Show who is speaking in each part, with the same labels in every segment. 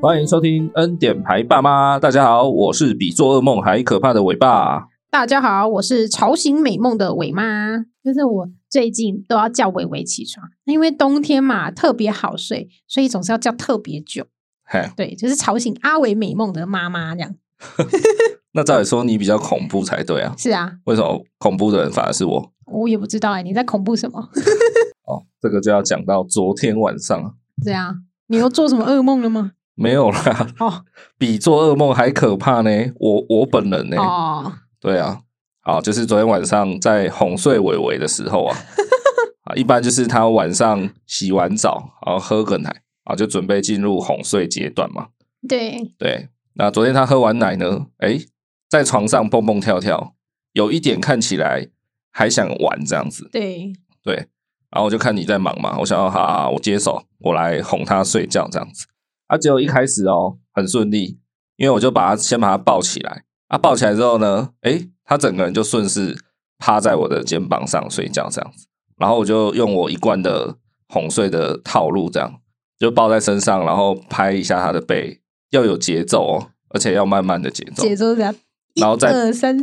Speaker 1: 欢迎收听《恩典牌爸妈》，大家好，我是比做噩梦还可怕的伟爸。
Speaker 2: 大家好，我是吵醒美梦的伟妈，就是我最近都要叫伟伟起床，那因为冬天嘛特别好睡，所以总是要叫特别久。
Speaker 1: 嘿，
Speaker 2: 对，就是吵醒阿伟美梦的妈妈这样。
Speaker 1: 那照理说你比较恐怖才对啊，
Speaker 2: 是啊，
Speaker 1: 为什么恐怖的人反而是我？
Speaker 2: 我也不知道哎、你在恐怖什么？
Speaker 1: 哦，这个就要讲到昨天晚上，啊
Speaker 2: 这样，你又做什么噩梦了吗？
Speaker 1: 没有啦，
Speaker 2: 哦
Speaker 1: 比做噩梦还可怕呢。我我本人呢，
Speaker 2: 哦，
Speaker 1: 对啊，好，就是昨天晚上在哄睡伟伟的时 候啊，啊，一般就是他晚上洗完澡，然后喝个奶，啊，就准备进入哄睡阶段嘛。
Speaker 2: 对，
Speaker 1: 对，那昨天他喝完奶呢，哎，在床上蹦蹦跳跳，有一点看起来还想玩这样子。
Speaker 2: 对，
Speaker 1: 对，然后我就看你在忙嘛，我想要哈，我接手，我来哄他睡觉这样子。啊，结果一开始哦，很顺利，因为我就把他先把他抱起来，啊，抱起来之后呢，诶，他整个人就顺势趴在我的肩膀上睡觉这样子。然后我就用我一贯的哄睡的套路，这样就抱在身上，然后拍一下他的背，要有节奏哦，而且要慢慢的节奏，
Speaker 2: 节奏是这样，一
Speaker 1: 然后再
Speaker 2: 二三三。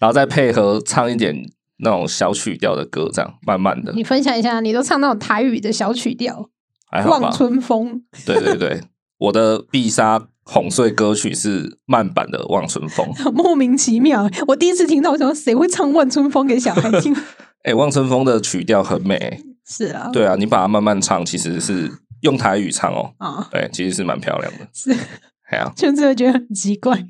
Speaker 1: 然后再配合唱一点那种小曲调的歌，这样慢慢的，
Speaker 2: 你分享一下，你都唱那种台语的小曲调，
Speaker 1: 还
Speaker 2: 《
Speaker 1: 好
Speaker 2: 望
Speaker 1: 吧？
Speaker 2: 春风》
Speaker 1: 对对对，我的必杀哄睡歌曲是慢版的《望春风》。
Speaker 2: 莫名其妙。我第一次听到，我想说谁会唱《望春风》给小孩 听？
Speaker 1: 哎，《望春风》的曲调很美、欸
Speaker 2: 是啊，
Speaker 1: 对啊，你把它慢慢唱，其实是用台语唱哦，
Speaker 2: 啊，
Speaker 1: 对，其实是蛮漂亮的。
Speaker 2: 是，
Speaker 1: 哎呀、
Speaker 2: 就是会觉得很奇怪。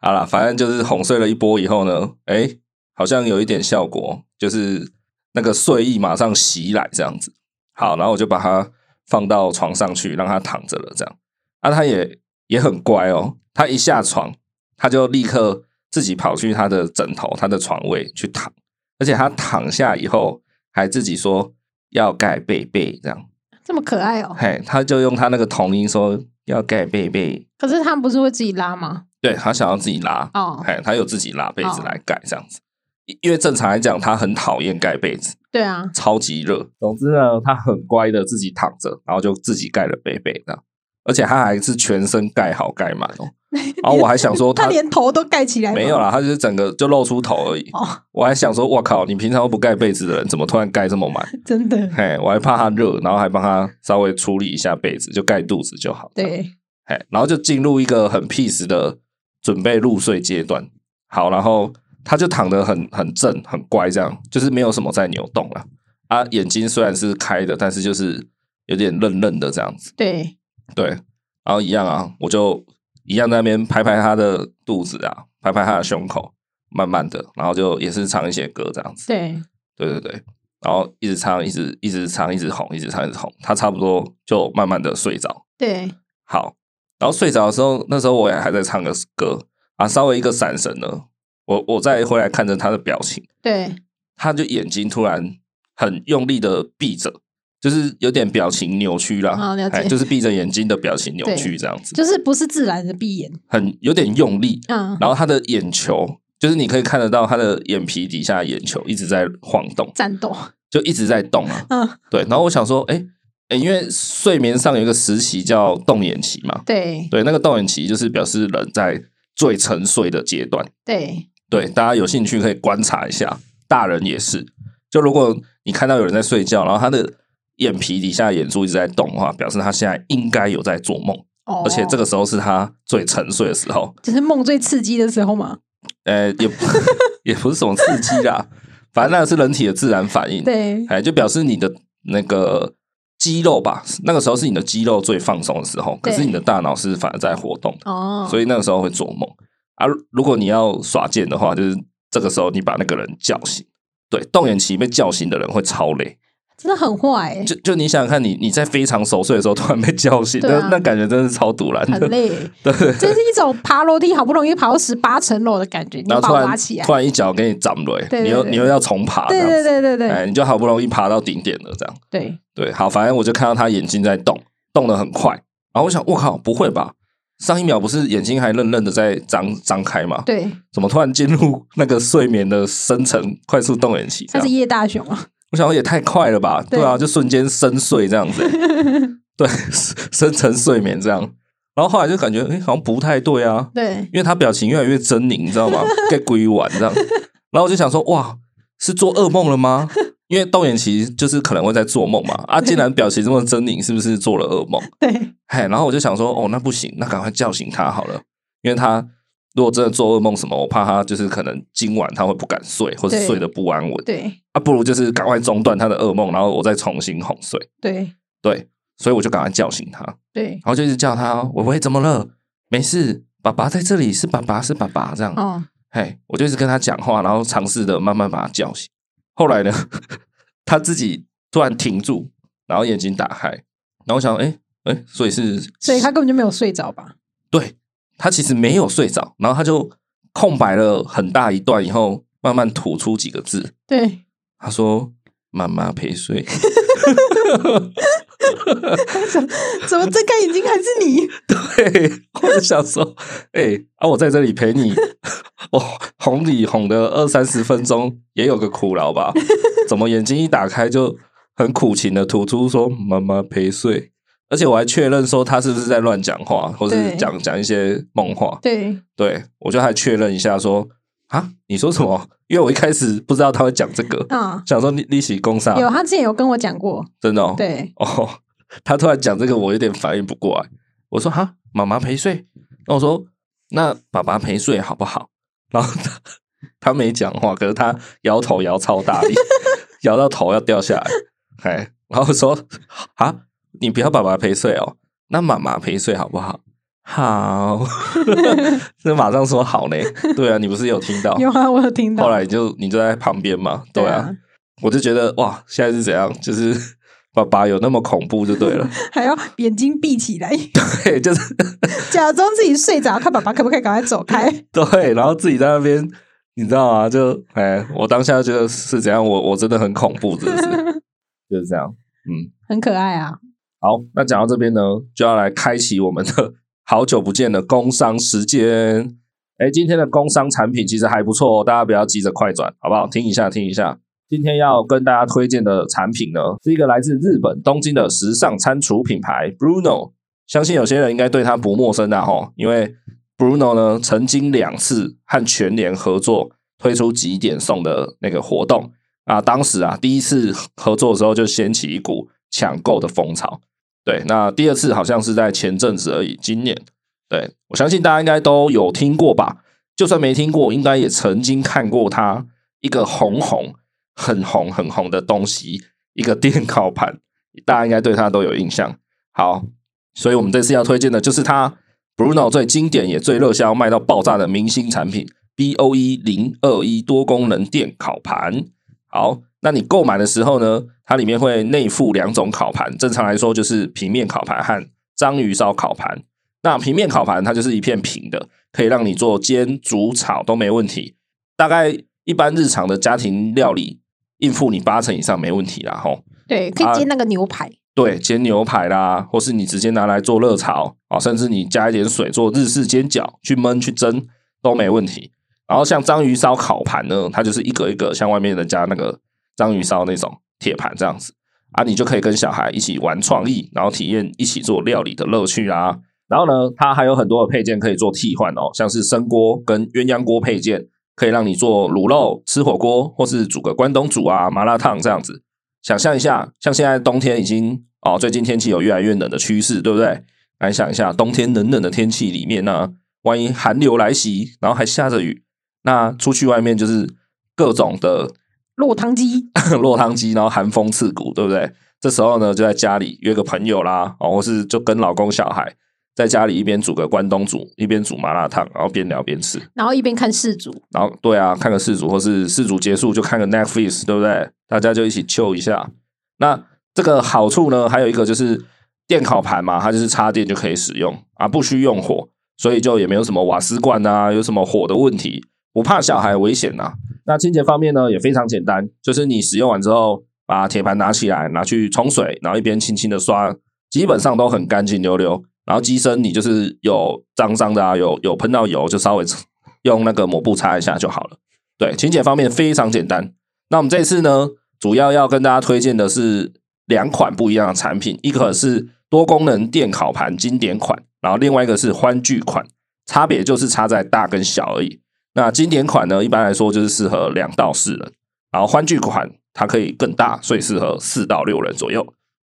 Speaker 1: 好啦，反正就是哄睡了一波以后呢，哎，好像有一点效果，就是那个睡意马上袭来这样子。好，然后我就把它放到床上去，让它躺着了这样。啊，它也也很乖哦，它一下床，它就立刻自己跑去它的枕头、它的床位去躺，而且它躺下以后还自己说要盖被被这样。
Speaker 2: 这么可爱哦、
Speaker 1: 嘿，它就用它那个童音说要盖被被，
Speaker 2: 可是他们不是会自己拉吗？
Speaker 1: 对，它想要自己拉。
Speaker 2: 哦，
Speaker 1: 哎，他有自己拿被子来盖这样子。因因为正常来讲，他很讨厌盖被子，
Speaker 2: 对啊，
Speaker 1: 超级热。总之呢，他很乖的自己躺着，然后就自己盖了被被这样，而且他还是全身盖好盖满哦。然后我还想说
Speaker 2: 他
Speaker 1: 他
Speaker 2: 连头都盖起来吗
Speaker 1: 没有啦，。他就是整个就露出头而已。
Speaker 2: 哦，
Speaker 1: 我还想说，我靠，你平常都不盖被子的人，怎么突然盖这么满？
Speaker 2: 真的，
Speaker 1: 嘿，我还怕他热，然后还帮他稍微处理一下被子，就盖肚子就好。，
Speaker 2: 对，
Speaker 1: 哎，然后就进入一个很 peace 的准备入睡阶段。好，然后他就躺得很很正，很乖，这样就是没有什么在扭动了。啊，眼睛虽然是开的，但是就是有点愣愣的这样子。
Speaker 2: 对，
Speaker 1: 对，然后一样啊，我就一样在那边拍拍他的肚子啊，拍拍他的胸口，慢慢的，然后就也是唱一些歌这样子。
Speaker 2: 对，
Speaker 1: 对对对，然后一直唱，一直一直唱，一直哄，一直唱，一直哄，他差不多就慢慢的睡着。
Speaker 2: 对，
Speaker 1: 好，然
Speaker 2: 嗯
Speaker 1: 后睡着的时候，那时候我也还在唱个歌啊，稍微一个闪神呢，我我再回来看着他的表情，
Speaker 2: 对，
Speaker 1: 他就眼睛突然很用力的闭着，就是有点表情扭曲啦，
Speaker 2: 哦了解
Speaker 1: 哎就是闭着眼睛的表情扭曲这样子，
Speaker 2: 就是不是自然的闭眼，
Speaker 1: 很有点用力，
Speaker 2: 嗯，
Speaker 1: 然后他的眼球。就是你可以看得到他的眼皮底下眼球一直在晃动，
Speaker 2: 战斗，
Speaker 1: 就一直在动啊。
Speaker 2: 嗯，
Speaker 1: 对，然后我想说，哎、哎、因为睡眠上有一个时期叫动眼期嘛，
Speaker 2: 对，
Speaker 1: 对，那个动眼期就是表示人在最沉睡的阶段。
Speaker 2: 对，
Speaker 1: 对，大家有兴趣可以观察一下，大人也是。就如果你看到有人在睡觉，然后他的眼皮底下眼珠一直在动的话，表示他现在应该有在做梦，
Speaker 2: 哦，
Speaker 1: 而且这个时候是他最沉睡的时候。
Speaker 2: 就是梦最刺激的时候嘛，
Speaker 1: 呃，也不 也不是什么刺激啦，反正那是人体的自然反应。
Speaker 2: 对，
Speaker 1: 哎，就表示你的那个肌肉吧，那个时候是你的肌肉最放松的时候，可是
Speaker 2: 对
Speaker 1: 你的大脑是反而在活动的。
Speaker 2: 哦，
Speaker 1: 所
Speaker 2: 以
Speaker 1: 以那个时候会做梦啊。如如果你要耍贱的话，就是这个时候你把那个人叫醒。对，动眼期被叫醒的人会超累。
Speaker 2: 真的很坏欸，
Speaker 1: 就就你想想看你，你在非常熟睡的时候突然被叫醒，
Speaker 2: 对啊
Speaker 1: 那那感觉真的是超堵然
Speaker 2: 很
Speaker 1: 的。
Speaker 2: 累欸，这是一种爬楼梯好不容易爬到十八层楼的感觉，你
Speaker 1: 然
Speaker 2: 要
Speaker 1: 后
Speaker 2: 把
Speaker 1: 突
Speaker 2: 我
Speaker 1: 然
Speaker 2: 拉起来
Speaker 1: 突，然一脚给你掌雷，
Speaker 2: 对对
Speaker 1: 你又
Speaker 2: 对
Speaker 1: 你又要重爬，
Speaker 2: 对
Speaker 1: 这样
Speaker 2: 对
Speaker 1: 子
Speaker 2: 对对对
Speaker 1: 哎，你就好不容易爬到顶点了，这样
Speaker 2: 对，
Speaker 1: 对。好，反正我就看到他眼睛在动，动得很快。然后我想，我靠，不会吧？上一秒不是眼睛还愣愣的在张张开吗？
Speaker 2: 对，
Speaker 1: 怎么突然进入那个睡眠的深层快速动眼期？这
Speaker 2: 他
Speaker 1: 样
Speaker 2: 是夜大雄啊，
Speaker 1: 我想说也太快了吧？
Speaker 2: 对
Speaker 1: 对啊，就瞬间深睡这样子欸、对， 深层睡眠这样。然后后来就感觉，哎，好像不太对啊，
Speaker 3: 对，
Speaker 1: 因为他表情越来越狰狞，你知道吗？盖龟丸这样。然后我就想说，哇，是做噩梦了吗？因为豆眼其就是可能会在做梦嘛，啊，既然表情这么狰狞，是不是做了噩梦？
Speaker 3: 对，
Speaker 1: 嘿，然后我就想说，哦，那不行，那赶快叫醒他好了，因为他如果真的做噩梦什么，我怕他就是可能今晚他会不敢睡，或是
Speaker 3: 对
Speaker 1: 睡得不安稳，
Speaker 3: 对，
Speaker 1: 啊，不如就是赶快中断他的噩梦，然后我再重新哄睡。
Speaker 3: 对，
Speaker 1: 对，所以我就赶快叫醒他，然
Speaker 3: 对，
Speaker 1: 后就一直叫他，哦喂喂，怎么了？没事，爸爸在这里，是爸爸，是爸爸，这样。
Speaker 3: 哦，
Speaker 1: 嘿，我就一直跟他讲话，然后尝试的慢慢把他叫醒。后来呢， 他自己突然停住，然后眼睛打开，然后我想，哎哎，所以是，
Speaker 3: 所以他根本就没有睡着吧？
Speaker 1: 对他其实没有睡着，然后他就空白了很大一段以后，慢慢吐出几个字，
Speaker 3: 对，
Speaker 1: 他说：“妈妈陪睡。
Speaker 3: 怎么睁开眼睛还是你？”
Speaker 1: 嘿，我就想说，哎、啊，我在这里陪你，我哄你哄的二三十分钟，也有个苦劳吧？怎么眼睛一打开就很苦情的吐出说“妈妈陪睡”，而且我还确认说他是不是在乱讲话，或是
Speaker 3: 对
Speaker 1: 讲讲一些梦话。
Speaker 3: 对，
Speaker 1: 对我就还确认一下说啊，你说什么？因为我一开始不知道他会讲这个，
Speaker 3: 啊，
Speaker 1: 想说利利息攻杀，
Speaker 3: 有，他之前有跟我讲过，
Speaker 1: 啊真的哦，
Speaker 3: 对，
Speaker 1: 哦，他突然讲这个，我有点反应不过来。我说哈，妈妈陪睡。那我说那爸爸陪睡好不好？然后他他没讲话，可是他摇头摇超大力， 摇到头要掉下来。哎，然后我说啊，你不要爸爸陪睡哦，那妈妈陪睡好不好？好， 这马上说好嘞。对啊，你不是有听到？
Speaker 3: 有啊，我有听到
Speaker 1: 后，来你就你就在旁边嘛，对啊，我就觉得哇，现在是怎样？就是爸爸有那么恐怖就对了，
Speaker 3: 还要眼睛闭起来，
Speaker 1: 对，就是
Speaker 3: 假装自己睡着，看爸爸可不可以赶快走 开。
Speaker 1: 对，然后自己在那边，你知道吗？就哎，我当下觉得是怎样，我我真的很恐怖，是不 是？就是这样，嗯，
Speaker 3: 很可爱啊，
Speaker 1: 好，那讲到这边呢，就要来开启我们的 好久不见的工商时间。哎，今天的工商产品其实还不错哦，大家不要急着快转，好不好？听一下，听一下。今天要跟大家推荐的产品呢，是一个来自日本东京的时尚餐厨品牌 Bruno。相信有些人应该对它不陌生的吼，因为 Bruno 呢曾经两次和全联合作推出几点送的那个活动啊，当时啊第一次合作的时候就掀起一股抢购的风潮。对，那第二次好像是在前阵子而已，今年。对我相信大家应该都有听过吧，就算没听过，应该也曾经看过它一个红红、很红、很红的东西，一个电 烤盘，大家应该对它都有印象。好，所以我们这次要推荐的就是它，Bruno 最经典也最热销、卖到爆炸的明星产品 B O E 零二一多功能电烤盘。好，那你购买的时候呢，它里面会内附两种烤盘，正常来说就是平面烤盘和章鱼烧烤盘。那平面烤盘它就是一片平的，可以让你做煎、煮、炒都没问题。大概一般日常的家庭料理，应付你八成以上没问题啦，吼。
Speaker 3: 对，可
Speaker 1: 啊
Speaker 3: 以煎那个牛排，
Speaker 1: 对，煎牛排啦，或是你直接拿来做热炒啊，甚至你加一点水做日式煎饺，去焖去蒸都没问题。然后像章鱼烧烤盘呢，它就是一个一个像外面人家那个章鱼烧那种铁盘这样子啊，你就可以跟小孩一起玩创意，然后体验一起做料理的乐趣啦。然后呢，它还有很多的配件可以做替换哦，像是生锅跟鸳鸯锅配件，可以让你做卤肉、吃火锅，或是煮个关东煮啊、麻辣烫这样子。想象一下，像现在冬天已经哦，最近天气有越来越冷的趋势，对不对？来想一下，冬天冷冷的天气里面呢、万一寒流来袭，然后还下着雨，那出去外面就是各种的
Speaker 3: 落汤鸡，
Speaker 1: 落汤鸡，然后寒风刺骨，对不对？这时候呢，就在家里约个朋友啦，哦，或是就跟老公小孩在家里一边煮个关东煮，一边煮麻辣烫，然后边聊边吃。
Speaker 3: 然后一边看世足，
Speaker 1: 然后对啊，看个四组或是四组结束就看个 Netflix，对不对？大家就一起 chill 一下。那这个好处呢，还有一个就是电烤盘嘛，它就是插电就可以使用啊，不需用火，所以就也没有什么瓦斯罐啊，有什么火的问题，不怕小孩危险呐、啊那清洁方面呢，也非常简单，就是你使用完之后，把铁盘拿起来，拿去冲水，然后一边轻轻的刷，基本上都很干净溜溜。然后机身你就是有脏脏的啊，有有喷到油，就稍微用那个抹布擦一下就好了。对，清洁方面非常简单。那我们这次呢，主要要跟大家推荐的是两款不一样的产品，一个是多功能电烤盘经典款，然后另外一个是欢聚款，差别就是差在大跟小而已。那经典款呢，一般来说就是适合两到四人，然后欢聚款它可以更大，所以适合四到六人左右。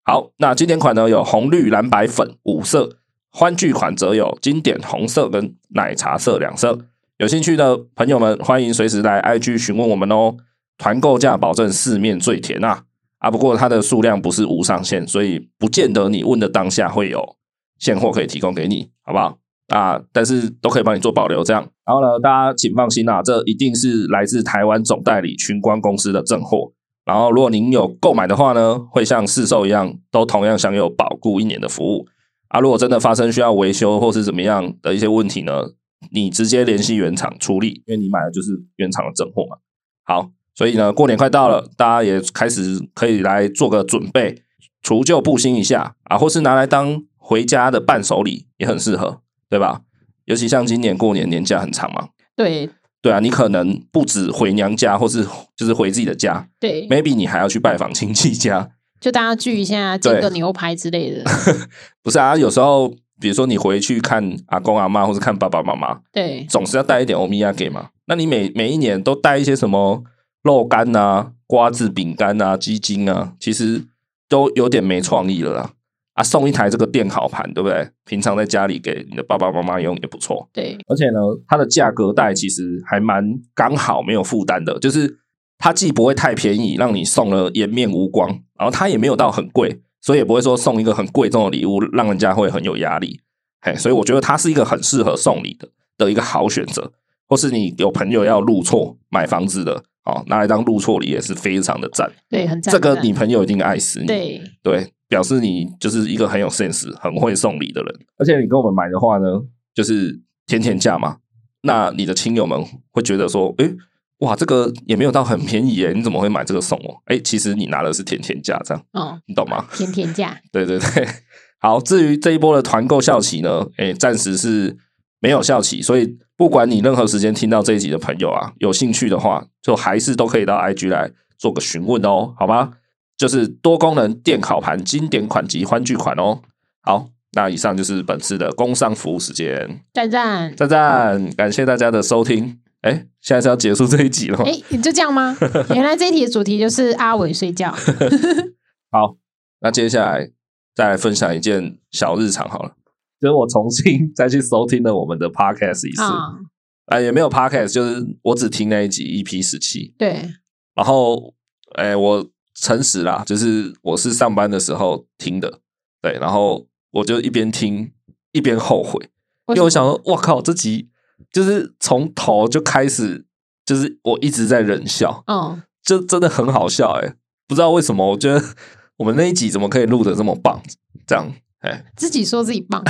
Speaker 1: 好，那经典款呢有红、绿、蓝、白、粉五色，欢聚款则有经典红色跟奶茶色两色。有兴趣的朋友们，欢迎随时来 IG 询问我们哦。团购价保证四面最甜啊！啊，不过它的数量不是无上限，所以不见得你问的当下会有现货可以提供给你，好不好？啊，但是都可以帮你做保留，这样。然后呢，大家请放心啦、这一定是来自台湾总代理群光公司的正货。然后，如果您有购买的话呢，会像市售一样，都同样享有保固一年的服务。啊，如果真的发生需要维修或是怎么样的一些问题呢，你直接联系原厂处理，因为你买的就是原厂的正货嘛。好，所以呢，过年快到了，大家也开始可以来做个准备，除旧布新一下啊，或是拿来当回家的伴手礼也很适合，对吧？尤其像今年过年年假很长嘛，
Speaker 3: 对
Speaker 1: 对啊，你可能不止回娘家，或是就是回自己的家
Speaker 2: 嗯
Speaker 3: 对，
Speaker 1: ，maybe 你还要去拜访亲戚家，
Speaker 3: 就大家聚一下，煎
Speaker 1: 对
Speaker 3: 个牛排之 类的，
Speaker 1: 不是啊？有时候比如说你回去看阿公阿妈，或是看爸爸妈妈，
Speaker 3: 对
Speaker 1: 总是要带一点欧米亚给嘛。那你每每一年都带一些什么肉干啊、瓜子饼干啊、鸡精啊，其实都有点没创意了啦。啊，送一台这个电烤盘，对不对？平常在家里给你的爸爸妈妈用也不错。
Speaker 3: 对
Speaker 1: 而且呢，它的价格带其实还蛮刚好，没有负担的，就是它既不会太便宜，让你送了颜面无光，然后它也没有到很贵，所以也不会说送一个很贵重的礼物，让人家会很有压力。嘿，所以我觉得它是一个很适合送礼的的一个好选择，或是你有朋友要入错买房子的，哦，拿来当入错礼也是非常的赞。
Speaker 3: 对，很赞。
Speaker 1: 这
Speaker 3: 很
Speaker 1: 个
Speaker 3: 赞
Speaker 1: 你朋友一定爱死你。
Speaker 3: 对
Speaker 1: 对，表示你就是一个很有 sense、很会送礼的人。而且你跟我们买的话呢，就是天天价嘛，那你的亲友们会觉得说，诶，哇，这个也没有到很便宜耶，你怎么会买这个送我？诶，其实你拿的是天天价，这样
Speaker 3: 哦，
Speaker 1: 你懂吗？
Speaker 3: 甜甜价，
Speaker 1: 对对对，好，至于这一波的团购效期呢，诶，暂时是没有效期，所以不管你任何时间听到这一集的朋友啊，有兴趣的话，就还是都可以到 IG 来做个询问哦，好吗？就是多功能电烤盘经典款及欢聚款哦。好，那以上就是本次的工商服务时间，
Speaker 3: 赞赞。
Speaker 1: 赞赞，感谢大家的收听。诶，现在是要结束这一集了吗？
Speaker 3: 哎，你就这样 吗？原来这一题的主题就是阿伟睡觉。
Speaker 1: 好，那接下来再来分享一件小日常好了，就是我重新 再去收听了我们的 podcast 一次，啊、
Speaker 3: 啊，
Speaker 1: 也没有 podcast，就是我只听那一集 EP 十七，
Speaker 3: 对，
Speaker 1: 然后，哎、我诚实啦，就是我是上班的时候听的，对，然后我就一边听一边后悔，
Speaker 3: 为什
Speaker 1: 因为
Speaker 3: 么
Speaker 1: 我想说，我靠，这集就是从头就开始，就是我一直在忍笑，
Speaker 3: 哦，
Speaker 1: 这真的很好笑哎、不知道为什么，我觉得我们那一集怎么可以录的这么棒，这样哎、
Speaker 3: 自己说自己棒，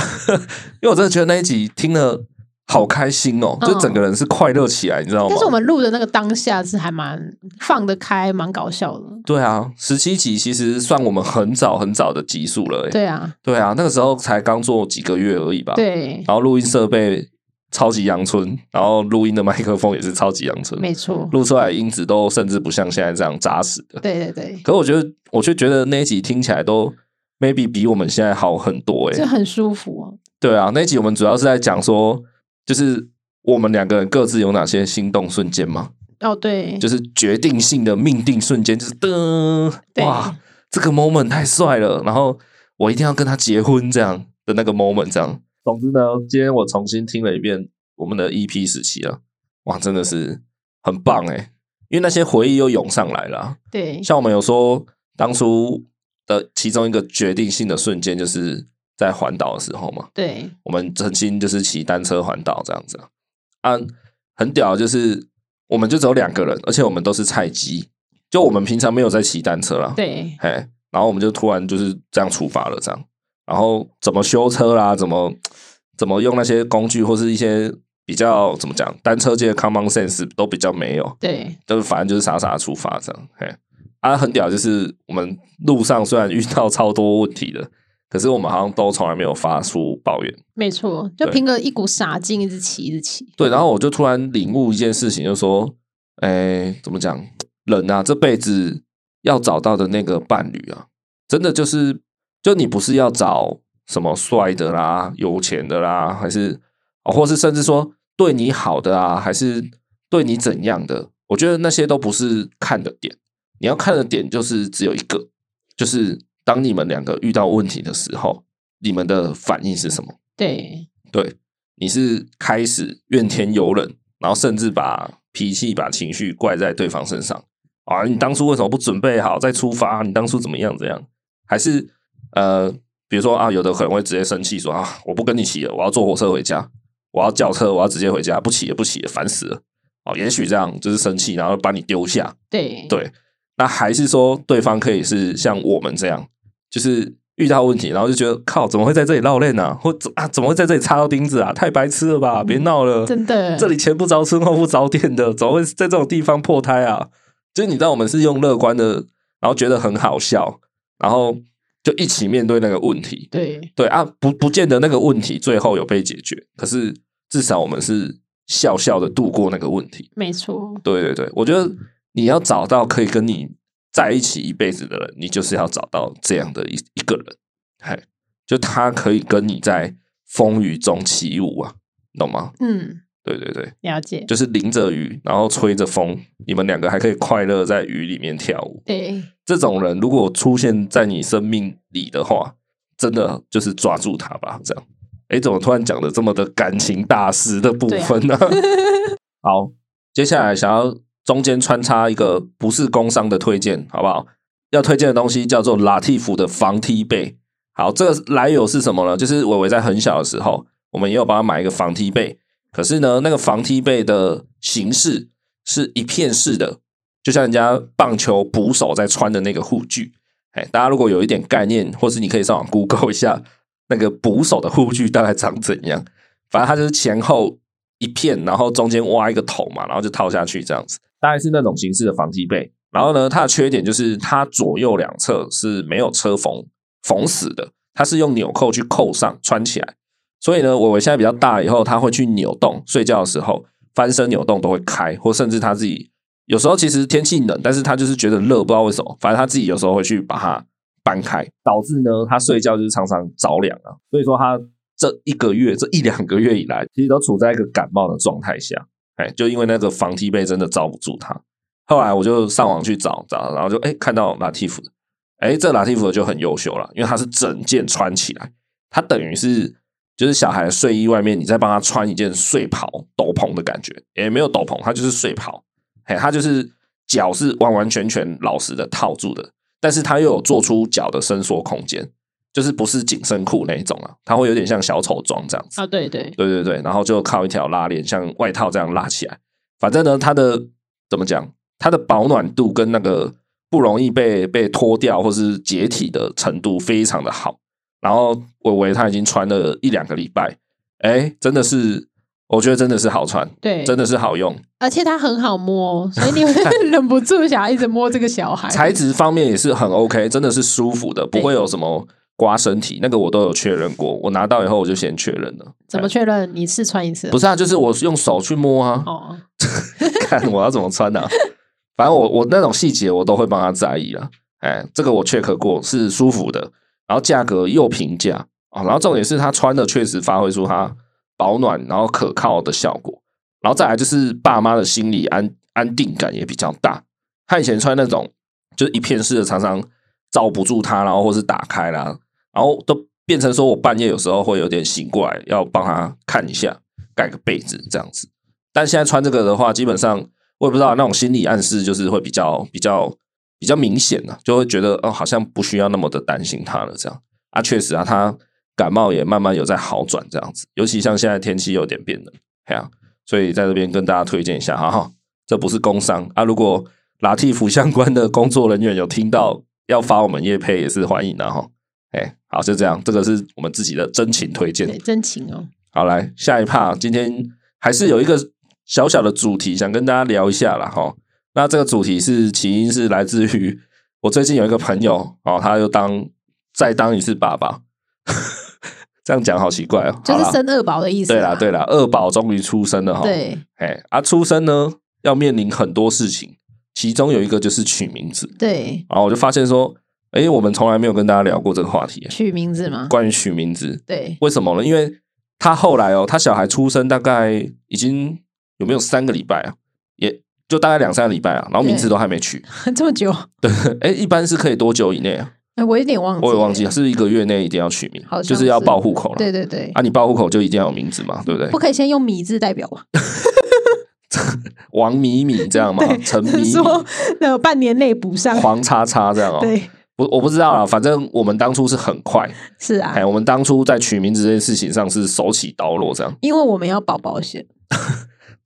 Speaker 1: 因为我真的觉得那一集听了好开心哦、
Speaker 3: 嗯
Speaker 1: 就整个人是快乐起来，你知道吗
Speaker 3: 但是？我们录的那个当下是还蛮放得开，蛮搞笑的。
Speaker 1: 对啊，十七集其实算我们很早很早的集数了、欸，
Speaker 3: 对啊，
Speaker 1: 对啊，那个时候才刚做几个月而已吧，，
Speaker 3: 对，
Speaker 1: 然后录音设备超级阳春，然后录音的麦克风也是超级阳春，
Speaker 3: 没错，
Speaker 1: 录出来的音质都甚至不像现在这样扎实的，
Speaker 3: 对对对，
Speaker 1: 可我觉得，我却觉得那一集听起来都 maybe 比我们现在好很多欸诶、
Speaker 3: 就很舒服哦。
Speaker 1: 对啊，那一集我们主要是在讲说，就是我们两个人各自有哪些心动瞬间嘛，
Speaker 3: 哦，对，
Speaker 1: 就是决定性的命定瞬间，就是噔，
Speaker 3: 对
Speaker 1: 哇，这个 moment 太帅了，然后我一定要跟他结婚这样的那个 moment 这样。总之呢，今天我重新听了一遍我们的 EP 时期了，哇，真的是很棒诶、因为那些回忆又涌上来了啊、
Speaker 3: 对，
Speaker 1: 像我们有说，当初的其中一个决定性的瞬间，就是在环岛的时候嘛，
Speaker 3: 对，
Speaker 1: 我们曾经就是骑单车环岛这样子啊啊，很屌，就是我们就只有两个人，而且我们都是菜鸡，就我们平常没有在骑单车啦，
Speaker 3: 对，
Speaker 1: 嘿，然后我们就突然就是这样出发了，这样，然后怎么修车啦，怎么怎么用那些工具或是一些比较怎么讲，单车界的 common sense 都比较没有，
Speaker 3: 对，
Speaker 1: 就是反正就是傻傻地出发这样。嘿，啊，很屌，就是我们路上虽然遇到超多问题的，可是我们好像都从来没有发出抱怨。
Speaker 3: 没错，就
Speaker 1: 对
Speaker 3: 凭着一股傻劲，一直骑，一直骑。
Speaker 1: 对，然后我就突然领悟一件事情，就说，哎、怎么讲？人啊，这辈子要找到的那个伴侣啊，真的就是就你不是要找什么帅的啦、有钱的啦，还是哦或是甚至说对你好的啊，还是对你怎样的？我觉得那些都不是看的点，你要看的点就是只有一个，就是当你们两个遇到问题的时候，你们的反应是什么？
Speaker 3: 对，
Speaker 1: 对，你是开始怨天尤人，然后甚至把脾气、把情绪怪在对方身上啊！你当初为什么不准备好再出发？你当初怎么样怎样？还是呃，比如说啊，有的可能会直接生气说啊，我不跟你骑了，我要坐火车回家，我要叫车，我要直接回家，不骑了，不骑了，烦死了！哦，也许这样就是生气，然后把你丢下，
Speaker 3: 对，
Speaker 1: 对，那还是说对方可以是像我们这样，就是遇到问题，然后就觉得靠，怎么会在这里绕链啊？或怎啊，怎么会在这里插到钉子啊？太白痴了吧！别闹了，
Speaker 3: 嗯真的，
Speaker 1: 这里前不着村后不着店的，怎么会在这种地方破胎啊？就是你知道，我们是用乐观的，然后觉得很好笑，然后就一起面对那个问题。
Speaker 3: 对
Speaker 1: 对啊，不不见得那个问题最后有被解决，可是至少我们是笑笑的度过那个问题。
Speaker 3: 没错，
Speaker 1: 对对对，我觉得你要找到可以跟你在一起一辈子的人，你就是要找到这样的一一个人，嘿，就他可以跟你在风雨中起舞啊，你懂吗？
Speaker 3: 嗯，
Speaker 1: 对对对，
Speaker 3: 了解，
Speaker 1: 就是淋着雨，然后吹着风，你们两个还可以快乐在雨里面跳舞。
Speaker 3: 对，
Speaker 1: 这种人如果出现在你生命里的话，真的就是抓住他吧。这样，哎，怎么突然讲的这么的感情大师的部分呢、 好，接下来想要中间穿插一个不是工商的推荐，好不好？要推荐的东西叫做拉蒂夫的防踢被。好，这个来由是什么呢？就是伟伟在很小的时候，我们也有帮他买一个防踢被，可是呢，那个防踢被的形式是一片式的，就像人家棒球捕手在穿的那个护具。哎，大家如果有一点概念，或是你可以上网 Google 一下那个捕手的护具大概长怎样。反正它就是前后一片，然后中间挖一个桶嘛，然后就套下去这样子，大概是那种形式的防踢被。然后呢，它的缺点就是它左右两侧是没有车缝缝死的，它是用纽扣去扣上穿起来。所以呢，我我现在比较大了以后，它会去扭动，睡觉的时候翻身扭动都会开，或甚至它自己有时候其实天气冷，但是它就是觉得热，不知道为什么，反正它自己有时候会去把它搬开，导致呢它睡觉就是常常着凉啊。所以说它这一个月、这一两个月以来，其实都处在一个感冒的状态下。哎，就因为那个防踢被真的罩不住它。后来我就上网去找找，然后就哎看到拉蒂夫的，哎这拉蒂夫的就很优秀了，因为它是整件穿起来，它等于是就是小孩的睡衣外面，你再帮他穿一件睡袍、斗篷的感觉，也没有斗篷，它就是睡袍，哎，它就是脚是完完全全老实的套住的，但是它又有做出脚的伸缩空间，就是不是紧身裤那一种啊，它会有点像小丑装这样子。
Speaker 3: 啊，对对，
Speaker 1: 对对对，然后就靠一条拉链，像外套这样拉起来。反正呢，它的怎么讲，它的保暖度跟那个不容易被被脱掉或是解体的程度非常的好。然后伟伟他已经穿了一两个礼拜，哎，真的是，我觉得真的是好穿，
Speaker 3: 对，
Speaker 1: 真的是好用。
Speaker 3: 而且它很好摸，所以你 会忍不住想要一直摸这个小
Speaker 2: 哎
Speaker 3: 孩。
Speaker 1: 材质方面也是很 OK，真的是舒服的，不会有什么刮身体。那个我都有确认过，我拿到以后我就先确认了。
Speaker 3: 怎么确认？你试穿一次？
Speaker 1: 不是啊，就是我用手去摸啊。
Speaker 3: 哦，
Speaker 1: 看我要怎么穿啊。反正我我那种细节我都会帮他在意啦。哎，这个我 check 过是舒服的，然后价格又平价啊、哦然后重点是他穿的确实发挥出他保暖然后可靠的效果，然后再来就是爸妈的心理安安定感也比较大。他以前穿那种就是一片式的，常常罩不住他，然后或是打开啦，然后都变成说我半夜有时候会有点醒过来，要帮他看一下，盖个被子这样子。但现在穿这个的话，基本上我也不知道那种心理暗示，就是会比较比较比较明显的、就会觉得哦，好像不需要那么的担心他了这样啊。确实啊，他感冒也慢慢有在好转这样子，尤其像现在天气有点变冷，哎呀、所以在这边跟大家推荐一下哈哈，这不是工伤啊。如果拉蒂夫相关的工作人员有听到要发我们叶配，也是欢迎的哈。哎，好，就这样，这个是我们自己的真情推荐。
Speaker 3: 对，真情哦，
Speaker 1: 好，来下一趴，今天还是有一个小小的主题想跟大家聊一下啦。哈。那这个主题是起因是来自于我最近有一个朋友哦，他又当再当一次爸爸， 这样讲好奇怪哦。
Speaker 3: 就
Speaker 1: 好
Speaker 3: 是
Speaker 1: 啦
Speaker 3: 生二宝的意思。
Speaker 2: 啊
Speaker 1: 对啦对啦，二宝终于出生了哈。
Speaker 3: 对
Speaker 1: 哎啊，出生呢要面临很多事情，其中有一个就是取名字。
Speaker 3: 对
Speaker 1: 然后我就发现说，诶，我们从来没有跟大家聊过这个话
Speaker 3: 啊
Speaker 1: 题，
Speaker 2: 取名字吗？
Speaker 1: 关于取名字，
Speaker 2: 对，
Speaker 1: 为什么呢？因为他后来哦，他小孩出生大概已经有没有三个礼拜啊，也就大概两三个礼拜啊，然后名字
Speaker 2: 对
Speaker 1: 都还没取。
Speaker 2: 这么久，
Speaker 1: 诶，一般是可以多久以内啊？
Speaker 2: 哎，我有点忘记，
Speaker 1: 我也忘记了，，是一个月内一定要取名
Speaker 2: 好，像
Speaker 1: 就是要
Speaker 2: 是
Speaker 1: 报户口了。
Speaker 2: 对对对，
Speaker 1: 啊，你报户口就一定要有名字嘛，对不对？
Speaker 2: 不可以先用米字代表吧？
Speaker 1: 王米米这样嘛，陈米米、
Speaker 2: 说那个半年内补上，
Speaker 1: 黄叉叉这样哦。
Speaker 2: 对，
Speaker 1: 不，我不知道啦，反正我们当初是很快，
Speaker 2: 是啊
Speaker 1: 哎，，我们当初在取名字这件事情上是手起刀落这样。
Speaker 2: 因为我们要保保险，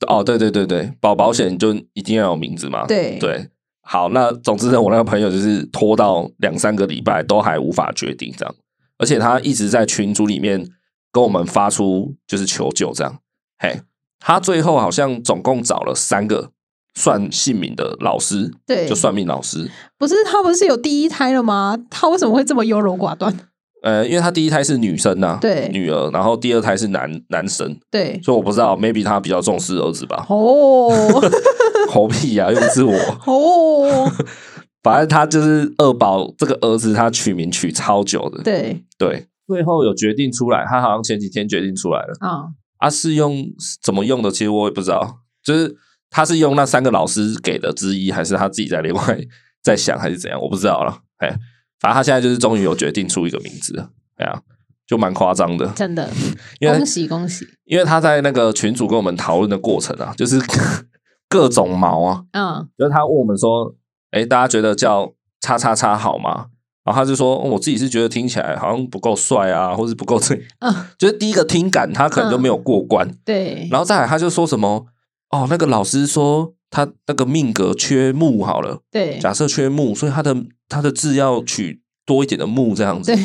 Speaker 1: 哦，对对对对，保保险就一定要有名字嘛。
Speaker 2: 对
Speaker 1: 啊对，好，那总之呢，我那个朋友就是拖到两三个礼拜都还无法决定这样，而且他一直在群组里面跟我们发出就是求救这样。嘿，他最后好像总共找了三个算姓名的老师，
Speaker 2: 对
Speaker 1: 就算命老师。
Speaker 2: 不是他不是有第一胎了吗？他为什么会这么优柔寡断？
Speaker 1: 呃，因为他第一胎是女生呐、
Speaker 2: 对
Speaker 1: 女儿，然后第二胎是男男生，
Speaker 2: 对，，
Speaker 1: 所以我不知道，maybe 他比较重视儿子吧
Speaker 2: 哦
Speaker 1: 猴屁呀、啊，又不是我。
Speaker 2: 哦，
Speaker 1: 反正他就是二宝这个儿子，他取名取超久的，
Speaker 2: 对
Speaker 1: 对最后有决定出来，他好像前几天决定出来了
Speaker 2: 啊，
Speaker 1: 啊，是用怎么用的，其实我也不知道，就是他是用那三个老师给的之一，还是他自己在另外在想，还是怎样，我不知道了。哎，反正他现在就是终于有决定出一个名字了，哎呀，就蛮夸张的，
Speaker 2: 真的，
Speaker 1: 因为
Speaker 2: 恭喜恭喜，
Speaker 1: 因为他在那个群组跟我们讨论的过程啊，就是 各种毛啊，
Speaker 2: 嗯，
Speaker 1: 就是他问我们说：“哎，大家觉得叫叉叉叉好吗？”然后他就说、哦我自己是觉得听起来好像不够帅啊，或是不够这，
Speaker 2: 嗯
Speaker 1: 就是第一个听感他可能就没有过关。
Speaker 2: 对，
Speaker 1: 然后再来他就说什么：“哦，那个老师说他那个命格缺木好了，
Speaker 2: 对
Speaker 1: 假设缺木，所以他的他的字要取多一点的木这样子
Speaker 2: 对。”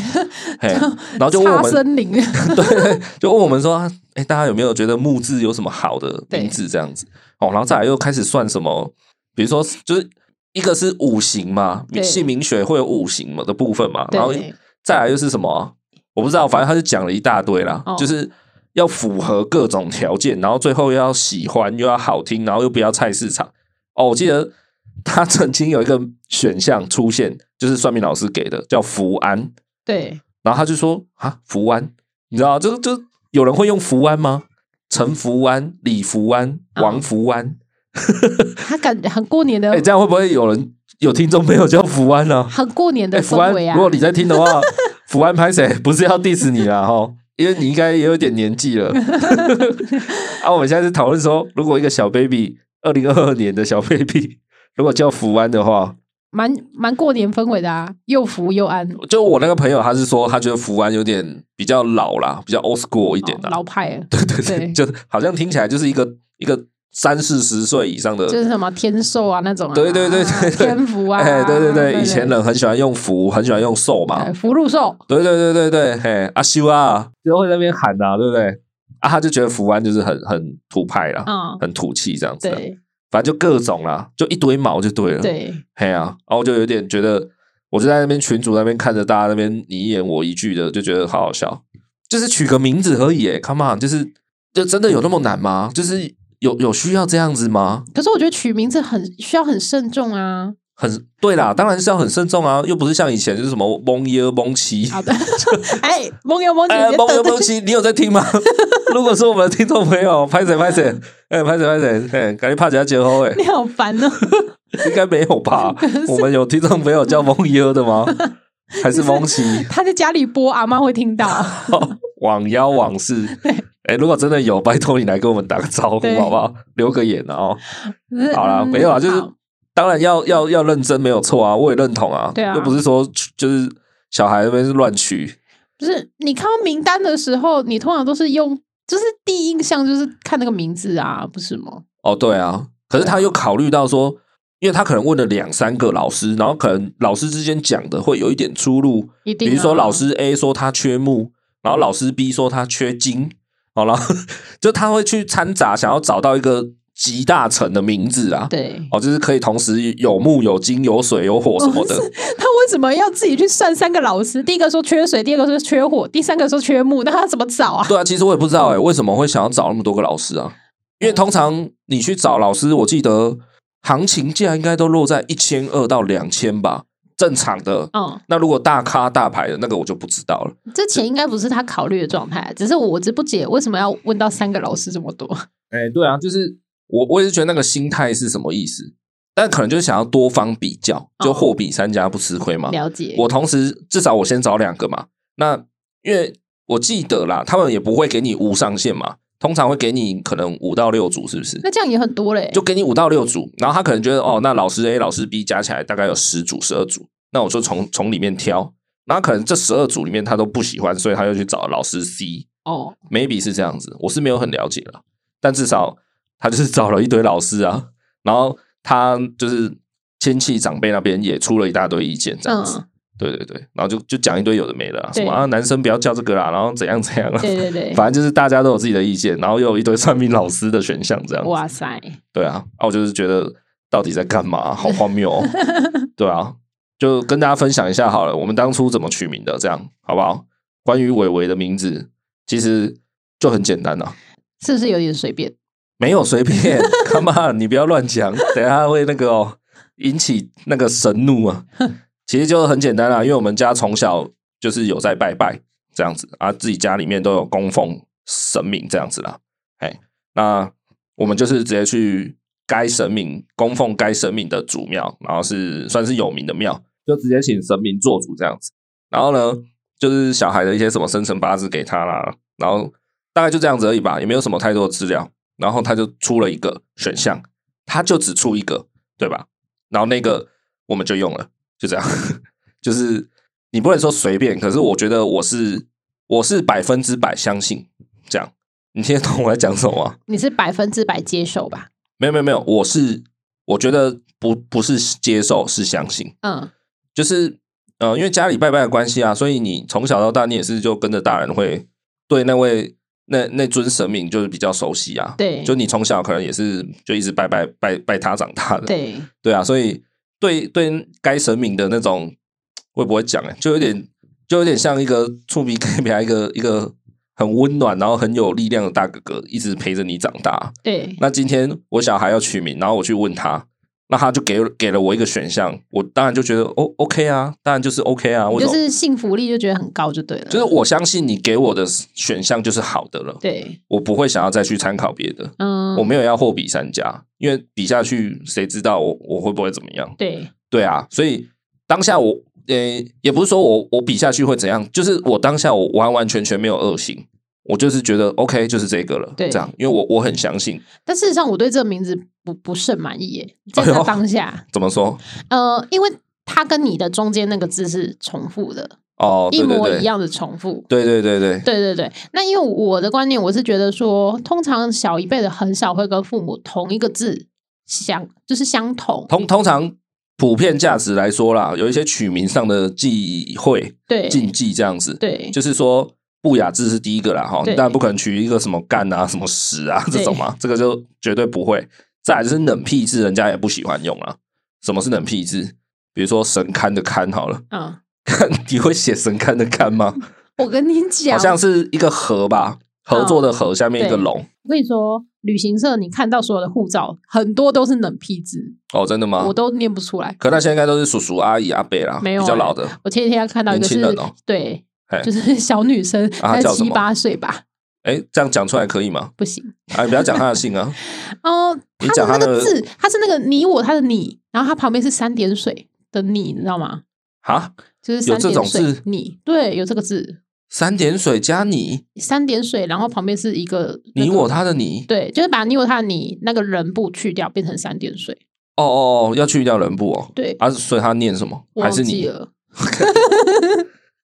Speaker 1: 嘿，
Speaker 2: 就
Speaker 1: 然后就问我
Speaker 2: 插
Speaker 1: 们，
Speaker 2: 森林，
Speaker 1: 对，就问我们说，哎，大家有没有觉得木字有什么好的
Speaker 2: 对嗯
Speaker 1: 名字这样子？哦，然后再来又开始算什么，比如说就是一个是五行嘛，
Speaker 2: 对
Speaker 1: 姓名学会有五行嘛的部分嘛，然后
Speaker 2: 对
Speaker 1: 再来又是什么啊，我不知道，反正他就讲了一大堆啦，
Speaker 2: 哦
Speaker 1: 就是。要符合各种条件，然后最后又要喜欢，又要好听，然后又不要菜市场。哦，我记得他曾经有一个选项出现，就是算命老师给的，叫福安。
Speaker 2: 对，
Speaker 1: 然后他就说啊，福安，你知道，就就有人会用福安吗？陈福安、李福安、
Speaker 2: 嗯
Speaker 1: 王福安，
Speaker 2: 他感觉很过年的
Speaker 1: 哎、，这样会不会有人有听众朋友叫福安呢、啊？
Speaker 2: 很过年
Speaker 1: 哎、
Speaker 2: 的
Speaker 1: 福安
Speaker 2: 氛围，啊
Speaker 1: 如，果你在听的 话，福安拍谁？不是要 diss 你啦哈，因为你应该也有点年纪 了。啊，我们现在是讨论说，如果一个小 baby，二零二二年的小 baby，如果叫福安的话，
Speaker 2: 蛮蛮过年氛围的啊，又福又安，
Speaker 1: 就我那个朋友，他是说他觉得福安有点比较老啦，比较 old school 一点
Speaker 2: 哦
Speaker 1: 啦。
Speaker 2: 老派了，
Speaker 1: 对对，
Speaker 2: 对
Speaker 1: 就好像听起来就是一个一个三四十岁以上的，
Speaker 2: 就是什么天寿啊那种啊，
Speaker 1: 对对对对对
Speaker 2: 天福啊，
Speaker 1: 哎，对对对，以前人很喜欢用福，很喜欢用寿嘛
Speaker 2: 哎，福禄寿，
Speaker 1: 对对对对对，嘿，阿修啊，就会在那边喊呐、啊，对不对？啊，他就觉得福安就是很很土派啦，
Speaker 2: 嗯，
Speaker 1: 很土气这样子啊，
Speaker 2: 对
Speaker 1: 反正就各种啦，就一堆毛就对了，，
Speaker 2: 对，
Speaker 1: 嘿啊，然后我就有点觉得，我就在那边群主那边看着大家那边你一言我一句的，就觉得好好笑。就是取个名字而已耶，Come on，就是就真的有那么难吗？就是有有需要这样子吗？
Speaker 2: 可是我觉得取名字很需要很慎重啊，
Speaker 1: 很对啦，当然是要很慎重啊，又不是像以前就是什么蒙耶蒙奇，
Speaker 2: 好的，哎，梦游梦姐
Speaker 1: 哎，
Speaker 2: 姐
Speaker 1: 蒙耶
Speaker 2: 等
Speaker 1: 蒙
Speaker 2: 等，
Speaker 1: 奇，你有在听吗？ 如果说我们的听众朋友，拍谁拍谁，哎，拍谁拍谁，哎，赶紧帕加结 婚，哎，
Speaker 2: 你好烦哦，
Speaker 1: 应该没有吧？我们有听众朋友叫蒙耶的 吗？还是蒙奇？
Speaker 2: 他在家里播，阿妈会听到，
Speaker 1: 网妖往事，哎，如果真的有，拜托你来跟我们打个招呼
Speaker 2: 对
Speaker 1: 好不好？留个言啊哦。
Speaker 2: 嗯
Speaker 1: 好啦，没有啊，就是
Speaker 2: 好
Speaker 1: 当然要要要认真，没有错啊，我也认同啊，
Speaker 2: 对啊
Speaker 1: 又不是说就是小孩那边是乱取，
Speaker 2: 不是你看到名单的时候，你通常都是用，就是第一印象就是看那个名字啊，不是吗？
Speaker 1: 哦，对啊，可是他又考虑到说，因为他可能问了两三个老师，然后可能老师之间讲的会有一点出入，
Speaker 2: 一定、啊
Speaker 1: 比如说老，师 A 说他缺木，然后老师 B 说他缺金，好了，然后 就他会去掺杂，想要找到一个集大成的名字啊。
Speaker 2: 对
Speaker 1: 哦，就是可以同时有木、有金、有水、有火什么的，
Speaker 2: 他为什么要自己去算三个老师？第一个说缺水，第二个说缺火，第三个说缺木，那他怎么找啊？
Speaker 1: 对啊，其实我也不知道哎、为什么会想要找那么多个老师啊？因为通常你去找老师，我记得行情价应该都落在一千二到两千吧，正常的。
Speaker 2: 嗯，
Speaker 1: 那如果大咖大牌的那个我就不知道了。
Speaker 2: 这钱应该不是他考虑的状态，只是我只不解为什么要问到三个老师这么 多。
Speaker 1: 哎、对啊，就是我我也是觉得那个心态是什么意思？但可能就是想要多方比较，就
Speaker 2: 哦
Speaker 1: 货比三家不吃亏嘛。
Speaker 2: 了解，
Speaker 1: 我同时至少我先找两个嘛。那因为我记得啦，他们也不会给你无上限嘛，通常会给你可能五到六组，是不是？
Speaker 2: 那这样也很多嘞，
Speaker 1: 就给你五到六
Speaker 2: 嗯
Speaker 1: 组，然后他可能觉得哦，那老师 A、老师 B 加起来大概有十组、十二组，那我就从从里面挑。然后可能这十二组里面他都不喜欢，所以他就去找老师 C，maybe
Speaker 2: 哦，
Speaker 1: 是这样子。我是没有很了解了，但至少他就是找了一堆老师啊，然后他就是亲戚长辈那边也出了一大堆意见，这样子。
Speaker 2: 嗯，
Speaker 1: 对对对，然后就就讲一堆有的没的、啊，什么
Speaker 2: 对
Speaker 1: 啊男生不要叫这个啦，然后怎样怎样啦，
Speaker 2: 对对对，
Speaker 1: 反正就是大家都有自己的意见，然后又有一堆算命老师的选项这样子。
Speaker 2: 哇塞，
Speaker 1: 对啊，啊我就是觉得到底在干嘛，好荒谬、哦。对啊，就跟大家分享一下好了，我们当初怎么取名的，这样好不好？关于伟伟的名字，其实就很简单呐、啊，
Speaker 2: 是不是有点随便？
Speaker 1: 没有随便，come on，你不要乱讲，等一下会那个、哦、引起那个神怒啊。其实就很简单啦、啊因为我们家从小就是有在拜拜这样子啊，自己家里面都有供奉神明这样子啦。哎，那我们就是直接去该神明供奉该神明的主庙，然后是算是有名的庙，就直接请神明做主这样子。然后呢，就是小孩的一些什么生辰八字给他啦，然后大概就这样子而已吧，也没有什么太多的资料。然后他就出了一个选项，他就只出一个，对吧？然后那个我们就用了，就这样， 就是你不能说随便，可是我觉得我是我是百分之百相信这样。你听得懂我在讲什么吗？
Speaker 2: 你是百分之百接受吧？
Speaker 1: 没有没有没有，我是我觉得不不是接受，是相信。
Speaker 2: 嗯，
Speaker 1: 就是呃，因为家里拜拜的关系啊，所以你从小到大，你也是就跟着大人会对那位那那尊神明就是比较熟悉啊。
Speaker 2: 对
Speaker 1: 就你从小可能也是就一直拜拜拜拜他长大的。
Speaker 2: 对，
Speaker 1: 对啊，所以对对该神明的那种会不会讲、欸，就有点就有点像一个触鼻盖比一个一个很温暖然后很有力量的大哥哥，一直陪着你长大。
Speaker 2: 对，
Speaker 1: 那今天我小孩要取名，然后我去问他，那他就给给了我一个选项，我当然就觉得哦，OK 啊，当然就是 OK 啊，我
Speaker 2: 就是幸福力就觉得很高就对了，
Speaker 1: 就是我相信你给我的选项就是好的了，
Speaker 2: 对，
Speaker 1: 我不会想要再去参考别的，
Speaker 2: 嗯，
Speaker 1: 我没有要货比三家，因为比下去谁知道我我会不会怎么样？
Speaker 2: 对
Speaker 1: 对啊，所以当下我呃、也不是说我我比下去会怎样，就是我当下我完完全全没有恶行。我就是觉得 OK，就是这个了，
Speaker 2: 对
Speaker 1: 这样，因为我我很相信，
Speaker 2: 但事实上，我对这个名字不不甚满意耶。在
Speaker 1: 哎
Speaker 2: 那
Speaker 1: 呦
Speaker 2: 当下，
Speaker 1: 怎么说？
Speaker 2: 呃，因为它跟你的中间那个字是重复的，
Speaker 1: 哦，对
Speaker 2: 一模
Speaker 1: 对对
Speaker 2: 一样的重复。
Speaker 1: 对对对对，
Speaker 2: 对对对，那因为我的观念，我是觉得说，通常小一辈的很少会跟父母同一个字相，就是相同。
Speaker 1: 通通常普遍价值来说啦，有一些取名上的忌讳、
Speaker 2: 对
Speaker 1: 禁忌这样子，
Speaker 2: 对
Speaker 1: 就是说不雅字是第一个啦，哈，
Speaker 2: 对
Speaker 1: 但不可能取一个什么干啊、什么屎啊这种嘛，这个就绝对不会。再来就是冷僻字，人家也不喜欢用啊。什么是冷僻字？比如说神龛的龛好了，
Speaker 2: 嗯，
Speaker 1: 看你会写神龛的龛吗？
Speaker 2: 我跟你讲，
Speaker 1: 好像是一个合
Speaker 2: 嗯
Speaker 1: 吧，合作的合下面一个
Speaker 2: 对
Speaker 1: 龙
Speaker 2: 我跟你说，哦旅行社你看到所有的护照，很多都是冷僻字，
Speaker 1: 哦，真的吗
Speaker 2: 我？都念不出来。
Speaker 1: 可那些应该都是叔叔、阿姨、阿伯啦，
Speaker 2: 没有
Speaker 1: 比较
Speaker 2: 欸
Speaker 1: 老的。
Speaker 2: 我前几天看到一个
Speaker 1: 年轻
Speaker 2: 是，
Speaker 1: 人哦
Speaker 2: 对
Speaker 1: 嘿，
Speaker 2: 就是小女生，
Speaker 1: 啊她
Speaker 2: 才
Speaker 1: 叫什
Speaker 2: 七
Speaker 1: 么
Speaker 2: 八岁吧，
Speaker 1: 哎，这样讲出来可以吗？
Speaker 2: 不行。
Speaker 1: 啊，你不要讲他的姓 啊。
Speaker 2: 哦，
Speaker 1: 你
Speaker 2: 她的
Speaker 1: 讲
Speaker 2: 那
Speaker 1: 她的
Speaker 2: 个字，她是那个你我她的你，然后她旁边是三点水的你，你知道吗？
Speaker 1: 啊，
Speaker 2: 就是
Speaker 1: 有
Speaker 2: 三
Speaker 1: 这
Speaker 2: 点
Speaker 1: 种
Speaker 2: 水
Speaker 1: 字
Speaker 2: 你，对，有这个字，
Speaker 1: 三点水加你，
Speaker 2: 三点水，然后旁边是一个那
Speaker 1: 你
Speaker 2: 个
Speaker 1: 我他的你。
Speaker 2: 对，就是把你我他的你那个人部去掉，变成三点水。
Speaker 1: 哦哦哦，要去掉人部哦。
Speaker 2: 对，
Speaker 1: 啊，所以他念什么？
Speaker 2: 我
Speaker 1: 还
Speaker 2: 忘
Speaker 1: 是
Speaker 2: 记
Speaker 1: 你？
Speaker 2: 了，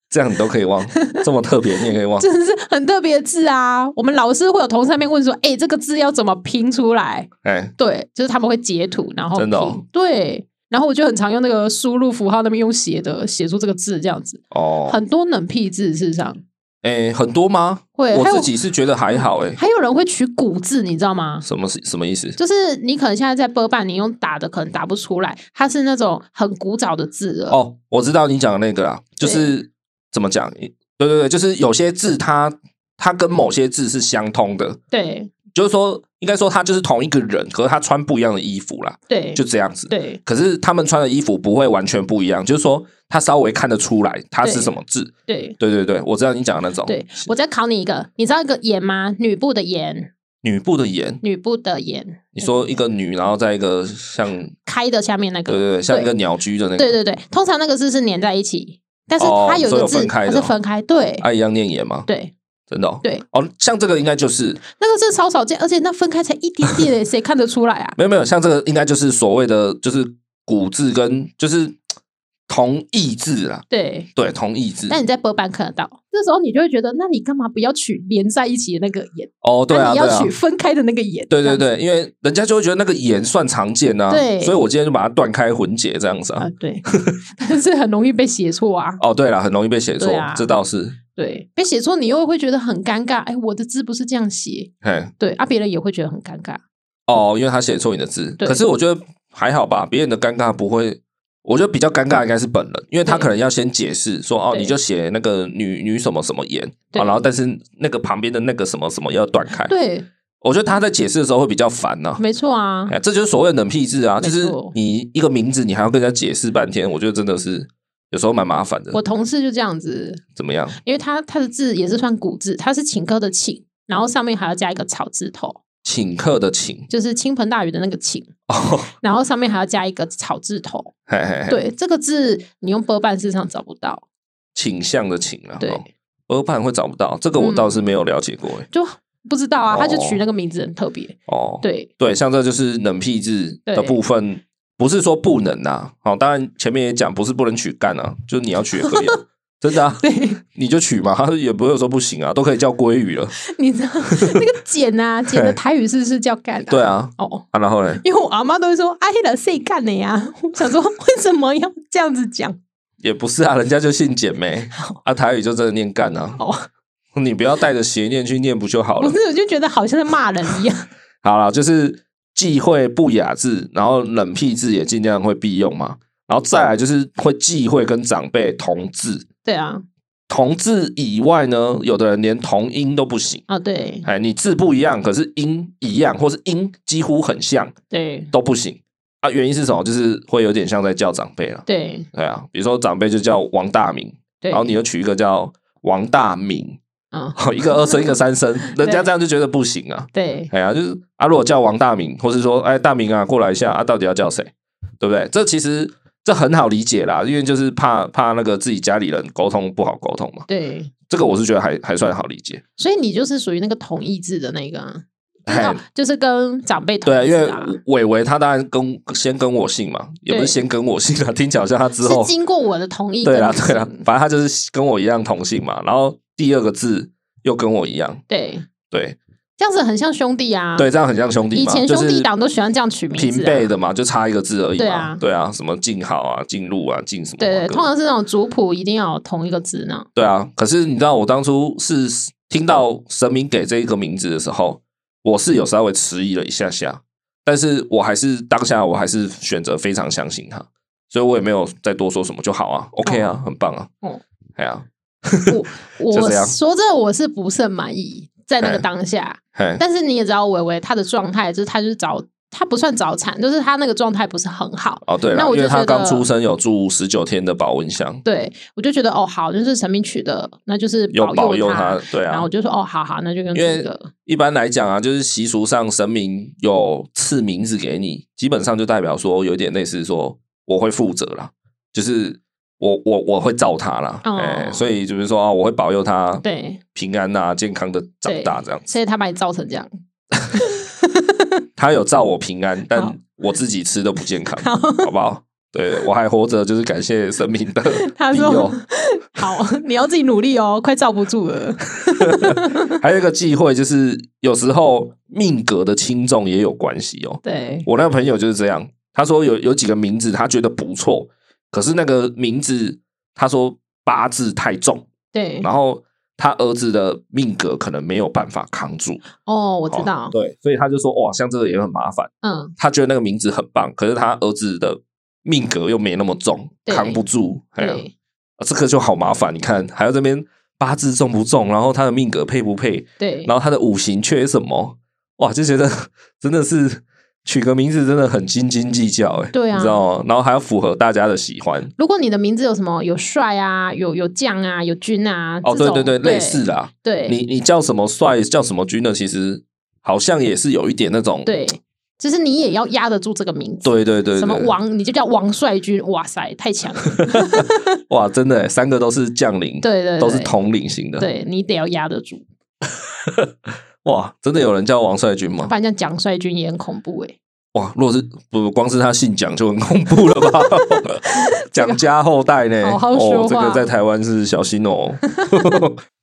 Speaker 1: 这样你都可以 忘，这么特别你也可以忘。
Speaker 2: 真的是很特别的字啊！我们老师会有同事在那边问说：“哎、这个字要怎么拼出来
Speaker 1: 哎，？”
Speaker 2: 对，就是他们会截图，然后
Speaker 1: 真的哦
Speaker 2: 拼对。然后我就很常用那个输入符号那边用写的写出这个字，这样子
Speaker 1: 哦，
Speaker 2: 很多冷僻字，事实上
Speaker 1: 哎，很多吗？
Speaker 2: 会
Speaker 1: 我
Speaker 2: 还有
Speaker 1: 自己是觉得还好哎。
Speaker 2: 还有人会取古字，你知道吗？
Speaker 1: 什么是什么意思？
Speaker 2: 就是你可能现在在波板，你用打的可能打不出来，它是那种很古早的字了。
Speaker 1: 哦，我知道你讲的那个啦，就是怎么讲？对对对，就是有些字它它跟某些字是相通的，
Speaker 2: 对
Speaker 1: 就是说，应该说他就是同一个人，可是他穿不一样的衣服啦，
Speaker 2: 对，
Speaker 1: 就这样子。
Speaker 2: 对，
Speaker 1: 可是他们穿的衣服不会完全不一样，就是说他稍微看得出来他是什么字。
Speaker 2: 对，
Speaker 1: 对对对，我知道你讲的那种。
Speaker 2: 对，我再考你一个，你知道一个盐吗？女部的盐，
Speaker 1: 女部的眼，
Speaker 2: 女部的盐，
Speaker 1: 你说一个女，然后在一个像，对
Speaker 2: 开的下面那个，
Speaker 1: 对对，像一个鸟居的那
Speaker 2: 对
Speaker 1: 个，
Speaker 2: 对对，通常那个字是粘在一起，但是
Speaker 1: 哦
Speaker 2: 它有一
Speaker 1: 所以
Speaker 2: 个
Speaker 1: 有
Speaker 2: 字
Speaker 1: 分开
Speaker 2: 它
Speaker 1: 的
Speaker 2: 是
Speaker 1: 哦
Speaker 2: 分开，对
Speaker 1: 啊，一样念眼吗？
Speaker 2: 对，
Speaker 1: 真的、哦？
Speaker 2: 对，
Speaker 1: 哦，像这个应该就是
Speaker 2: 那个字超少见，而且那分开才一点 点，谁看得出来啊？
Speaker 1: 没有没有，像这个应该就是所谓的就是古字跟就是同义字啦，
Speaker 2: 对，
Speaker 1: 对，同义字。
Speaker 2: 但你在博版看得到，这时候你就会觉得，那你干嘛不要取连在一起的那个眼？
Speaker 1: 哦，对
Speaker 2: 那
Speaker 1: 啊，对
Speaker 2: 你要
Speaker 1: 啊
Speaker 2: 取。分开的那个眼？
Speaker 1: 对
Speaker 2: 这
Speaker 1: 对
Speaker 2: 样子
Speaker 1: 对，因为人家就会觉得那个眼算常见呐、啊，
Speaker 2: 对
Speaker 1: 所以我今天就把它断开混解这样子啊
Speaker 2: 啊，。对， 但是很容易被写错啊。
Speaker 1: 哦，对了，很容易被写错，
Speaker 2: 对啊
Speaker 1: 这倒是，
Speaker 2: 对，被写错你又会觉得很尴尬。哎，我的字不是这样写，
Speaker 1: 嘿，
Speaker 2: 对啊，别人也会觉得很尴尬。
Speaker 1: 哦，因为他写错你的字，
Speaker 2: 对
Speaker 1: 可是我觉得还好吧，别人的尴尬不会，我觉得比较尴尬应该是本人，因为他可能要先解释说，哦，
Speaker 2: 对
Speaker 1: 你就写那个女女什么什么言，
Speaker 2: 对
Speaker 1: 啊，然后但是那个旁边的那个什么什么要断开，
Speaker 2: 对，
Speaker 1: 我觉得他在解释的时候会比较烦呢、
Speaker 2: 没错啊，
Speaker 1: 哎，这就是所谓的冷僻字啊，
Speaker 2: 没
Speaker 1: 就
Speaker 2: 错
Speaker 1: 是你一个名字，你还要跟人家解释半天，我觉得真的是有时候蛮麻烦的。
Speaker 2: 我同事就这样子，
Speaker 1: 怎么样？
Speaker 2: 因为他他的字也是算古字，他是请客的请，
Speaker 1: 嗯
Speaker 2: 然后上面还要加一个草字头，
Speaker 1: 请客的请
Speaker 2: 就是倾盆大雨的那个请，
Speaker 1: 哦，
Speaker 2: 然后上面还要加一个草字头。
Speaker 1: 嘿嘿嘿，
Speaker 2: 对，这个字你用波办事上找不到，
Speaker 1: 倾向的倾啊，
Speaker 2: 对
Speaker 1: 哦，欧判会找不到，这个我
Speaker 2: 嗯
Speaker 1: 倒是没有了解过、哎
Speaker 2: 就不知道啊，他就
Speaker 1: 哦
Speaker 2: 取那个名字很特别。
Speaker 1: 哦，
Speaker 2: 对
Speaker 1: 对，像这就是冷僻字的
Speaker 2: 嗯对
Speaker 1: 部分，不是说不能呐、啊。哦，当然前面也讲，不是不能取干啊，就是你要取也可以、 啊，真的啊，
Speaker 2: 对，
Speaker 1: 你就取嘛， 也不会说不行啊，都可以叫鲑鱼 了。
Speaker 2: 你知道那个简啊，简的台语是不是叫干、啊？
Speaker 1: 对啊，
Speaker 2: 哦，
Speaker 1: 啊，然后嘞，
Speaker 2: 因为我阿妈都会说“阿黑的谁干的呀”，我想说为什么要这样子讲？
Speaker 1: 也不是啊，人家就姓简没啊，台语就真的念干啊。
Speaker 2: 哦，
Speaker 1: 你不要带着邪念去念不就好
Speaker 2: 不
Speaker 1: 了？
Speaker 2: 是，我就觉得好像在骂人一样。
Speaker 1: 好了，就是忌讳不雅字，然后冷僻字也尽量会避用嘛。然后再来就是会忌讳跟长辈同字，
Speaker 2: 对啊，
Speaker 1: 同字以外呢，有的人连同音都不行。
Speaker 2: 啊对
Speaker 1: 哎，你字不一样，可是音一样，或是音几乎很像
Speaker 2: 对
Speaker 1: 都不行啊。原因是什么？就是会有点像在叫长辈了。
Speaker 2: 对
Speaker 1: 对啊，比如说长辈就叫王大明，
Speaker 2: 对，
Speaker 1: 然后你又取一个叫王大明，哦
Speaker 2: 啊
Speaker 1: 一个二声一个三声，人家这样就觉得不行啊。
Speaker 2: 对
Speaker 1: 哎呀、就是啊，如果叫王大明，或是说哎大明啊，过来一下啊，到底要叫谁？对不对？这其实这很好理解啦，因为就是怕怕那个自己家里人沟通不好沟通嘛。
Speaker 2: 对，
Speaker 1: 这个我是觉得还还算好理解。
Speaker 2: 所以你就是属于那个同义字的那个啊，
Speaker 1: 哎
Speaker 2: 哦就是跟长辈同
Speaker 1: 对，
Speaker 2: 义
Speaker 1: 因
Speaker 2: 字
Speaker 1: 为
Speaker 2: 啊，
Speaker 1: 伟伟他当然跟先跟我姓嘛，也不是
Speaker 2: 对
Speaker 1: 先跟我姓啊，听起来好像他之
Speaker 2: 是
Speaker 1: 后
Speaker 2: 经过我的同意跟
Speaker 1: 对啦
Speaker 2: 你
Speaker 1: 对啦
Speaker 2: 姓，
Speaker 1: 反正他就是跟我一样同姓嘛，然后第二个字又跟我一样，
Speaker 2: 对，
Speaker 1: 对
Speaker 2: 这样子很像兄弟啊。
Speaker 1: 对，，这样很像兄弟
Speaker 2: 以
Speaker 1: 嘛，
Speaker 2: 前
Speaker 1: 就
Speaker 2: 兄
Speaker 1: 是
Speaker 2: 弟党都喜欢这样取名字
Speaker 1: 平
Speaker 2: 啊
Speaker 1: 辈的嘛，就差一个字而已嘛，
Speaker 2: 对啊
Speaker 1: 对啊，什么静好啊、静入啊、静什么啊，
Speaker 2: 对对，
Speaker 1: 各
Speaker 2: 通常是那种族谱一定要有同一个字呢。
Speaker 1: 对啊，可是你知道我当初是听到神明给这一个名字的时候，我是有稍微迟疑了一下下，但是我还是当下我还是选择非常相信他，所以我也没有再多说什么，就好啊，OK 啊，很棒啊，
Speaker 2: 哦
Speaker 1: 嗯，哎呀，
Speaker 2: 我
Speaker 1: 就这样
Speaker 2: 说真的，我是不甚满意在那个
Speaker 1: 嗯
Speaker 2: 当下。
Speaker 1: 嘿，
Speaker 2: 但是你也知道，伟伟他的状态就是，他就是早，他不算早产，就是他那个状态不是很好。
Speaker 1: 哦对
Speaker 2: 那
Speaker 1: 了，
Speaker 2: 我
Speaker 1: 因
Speaker 2: 就
Speaker 1: 为他
Speaker 2: 觉得
Speaker 1: 刚出生有住十九天的保温箱，
Speaker 2: 对我就觉得哦，好，就是神明取的，那就是
Speaker 1: 有保
Speaker 2: 佑
Speaker 1: 佑他，对
Speaker 2: 然后
Speaker 1: 啊
Speaker 2: 我，就说哦，好好，那就跟
Speaker 1: 因为
Speaker 2: 这个
Speaker 1: 一般来
Speaker 2: 嗯
Speaker 1: 讲啊，就是习俗上神明有赐名字给你，基本上就代表说有点类似说我会负责啦，就是我我我会照他啦，哎、
Speaker 2: 哦
Speaker 1: 所以就是说啊，我会保佑他
Speaker 2: 对，
Speaker 1: 平安啊、健康的长大这样子。
Speaker 2: 所以他把你造成这样。
Speaker 1: 他有照我平安，
Speaker 2: 好
Speaker 1: 但我自己吃的不健 康，好不好？对我还活着，就是感谢神明的
Speaker 2: 他
Speaker 1: 庇
Speaker 2: 说
Speaker 1: 佑。
Speaker 2: 好，你要自己努力哦，快罩不住了。
Speaker 1: 还有一个忌讳就是，有时候命格的轻重也有关系哦。
Speaker 2: 对
Speaker 1: 我那个朋友就是这样，他说有有几个名字他觉得不错，可是那个名字他说八字太重，
Speaker 2: 对，
Speaker 1: 然后他儿子的命格可能没有办法扛住。
Speaker 2: 哦，我
Speaker 1: 我
Speaker 2: 知道，
Speaker 1: 对，所以他就说哇，像这个也很麻烦。
Speaker 2: 嗯，
Speaker 1: 他觉得那个名字很棒，可是他儿子的命格又没那么重，
Speaker 2: 对
Speaker 1: 扛不住。哎呀，
Speaker 2: 对
Speaker 1: 啊这个就好麻烦。你看，还要这边八字重不重，然后他的命格配不配，
Speaker 2: 对
Speaker 1: 然后他的五行缺什么。哇，就觉得 真的是取个名字真的很斤斤计较、欸，哎，
Speaker 2: 对啊
Speaker 1: 你知道吗？然后还要符合大家的喜欢。
Speaker 2: 如果你的名字有什么有帅啊，有有将啊，有军啊，
Speaker 1: 哦，
Speaker 2: 这
Speaker 1: 对
Speaker 2: 种
Speaker 1: 对对，类似啦。
Speaker 2: 对
Speaker 1: 你你叫什么帅，叫什么军的，其实好像也是有一点那种，
Speaker 2: 对，就是你也要压得住这个名字。
Speaker 1: 对对对对，
Speaker 2: 什么王，你就叫王帅军，哇塞，太强了！
Speaker 1: 哇，真的欸，三个都是将领，
Speaker 2: 对对对
Speaker 1: 都是统领型的，
Speaker 2: 对你得要压得住，
Speaker 1: 哇，真的有人叫王帅军吗
Speaker 2: 不？然像蒋帅军也很恐怖哎、
Speaker 1: 哇，若是不光是他姓蒋就很恐怖了 吧？蒋家后代呢？
Speaker 2: 好好说
Speaker 1: 哦，这
Speaker 2: 话
Speaker 1: 个在台湾是小心 哦。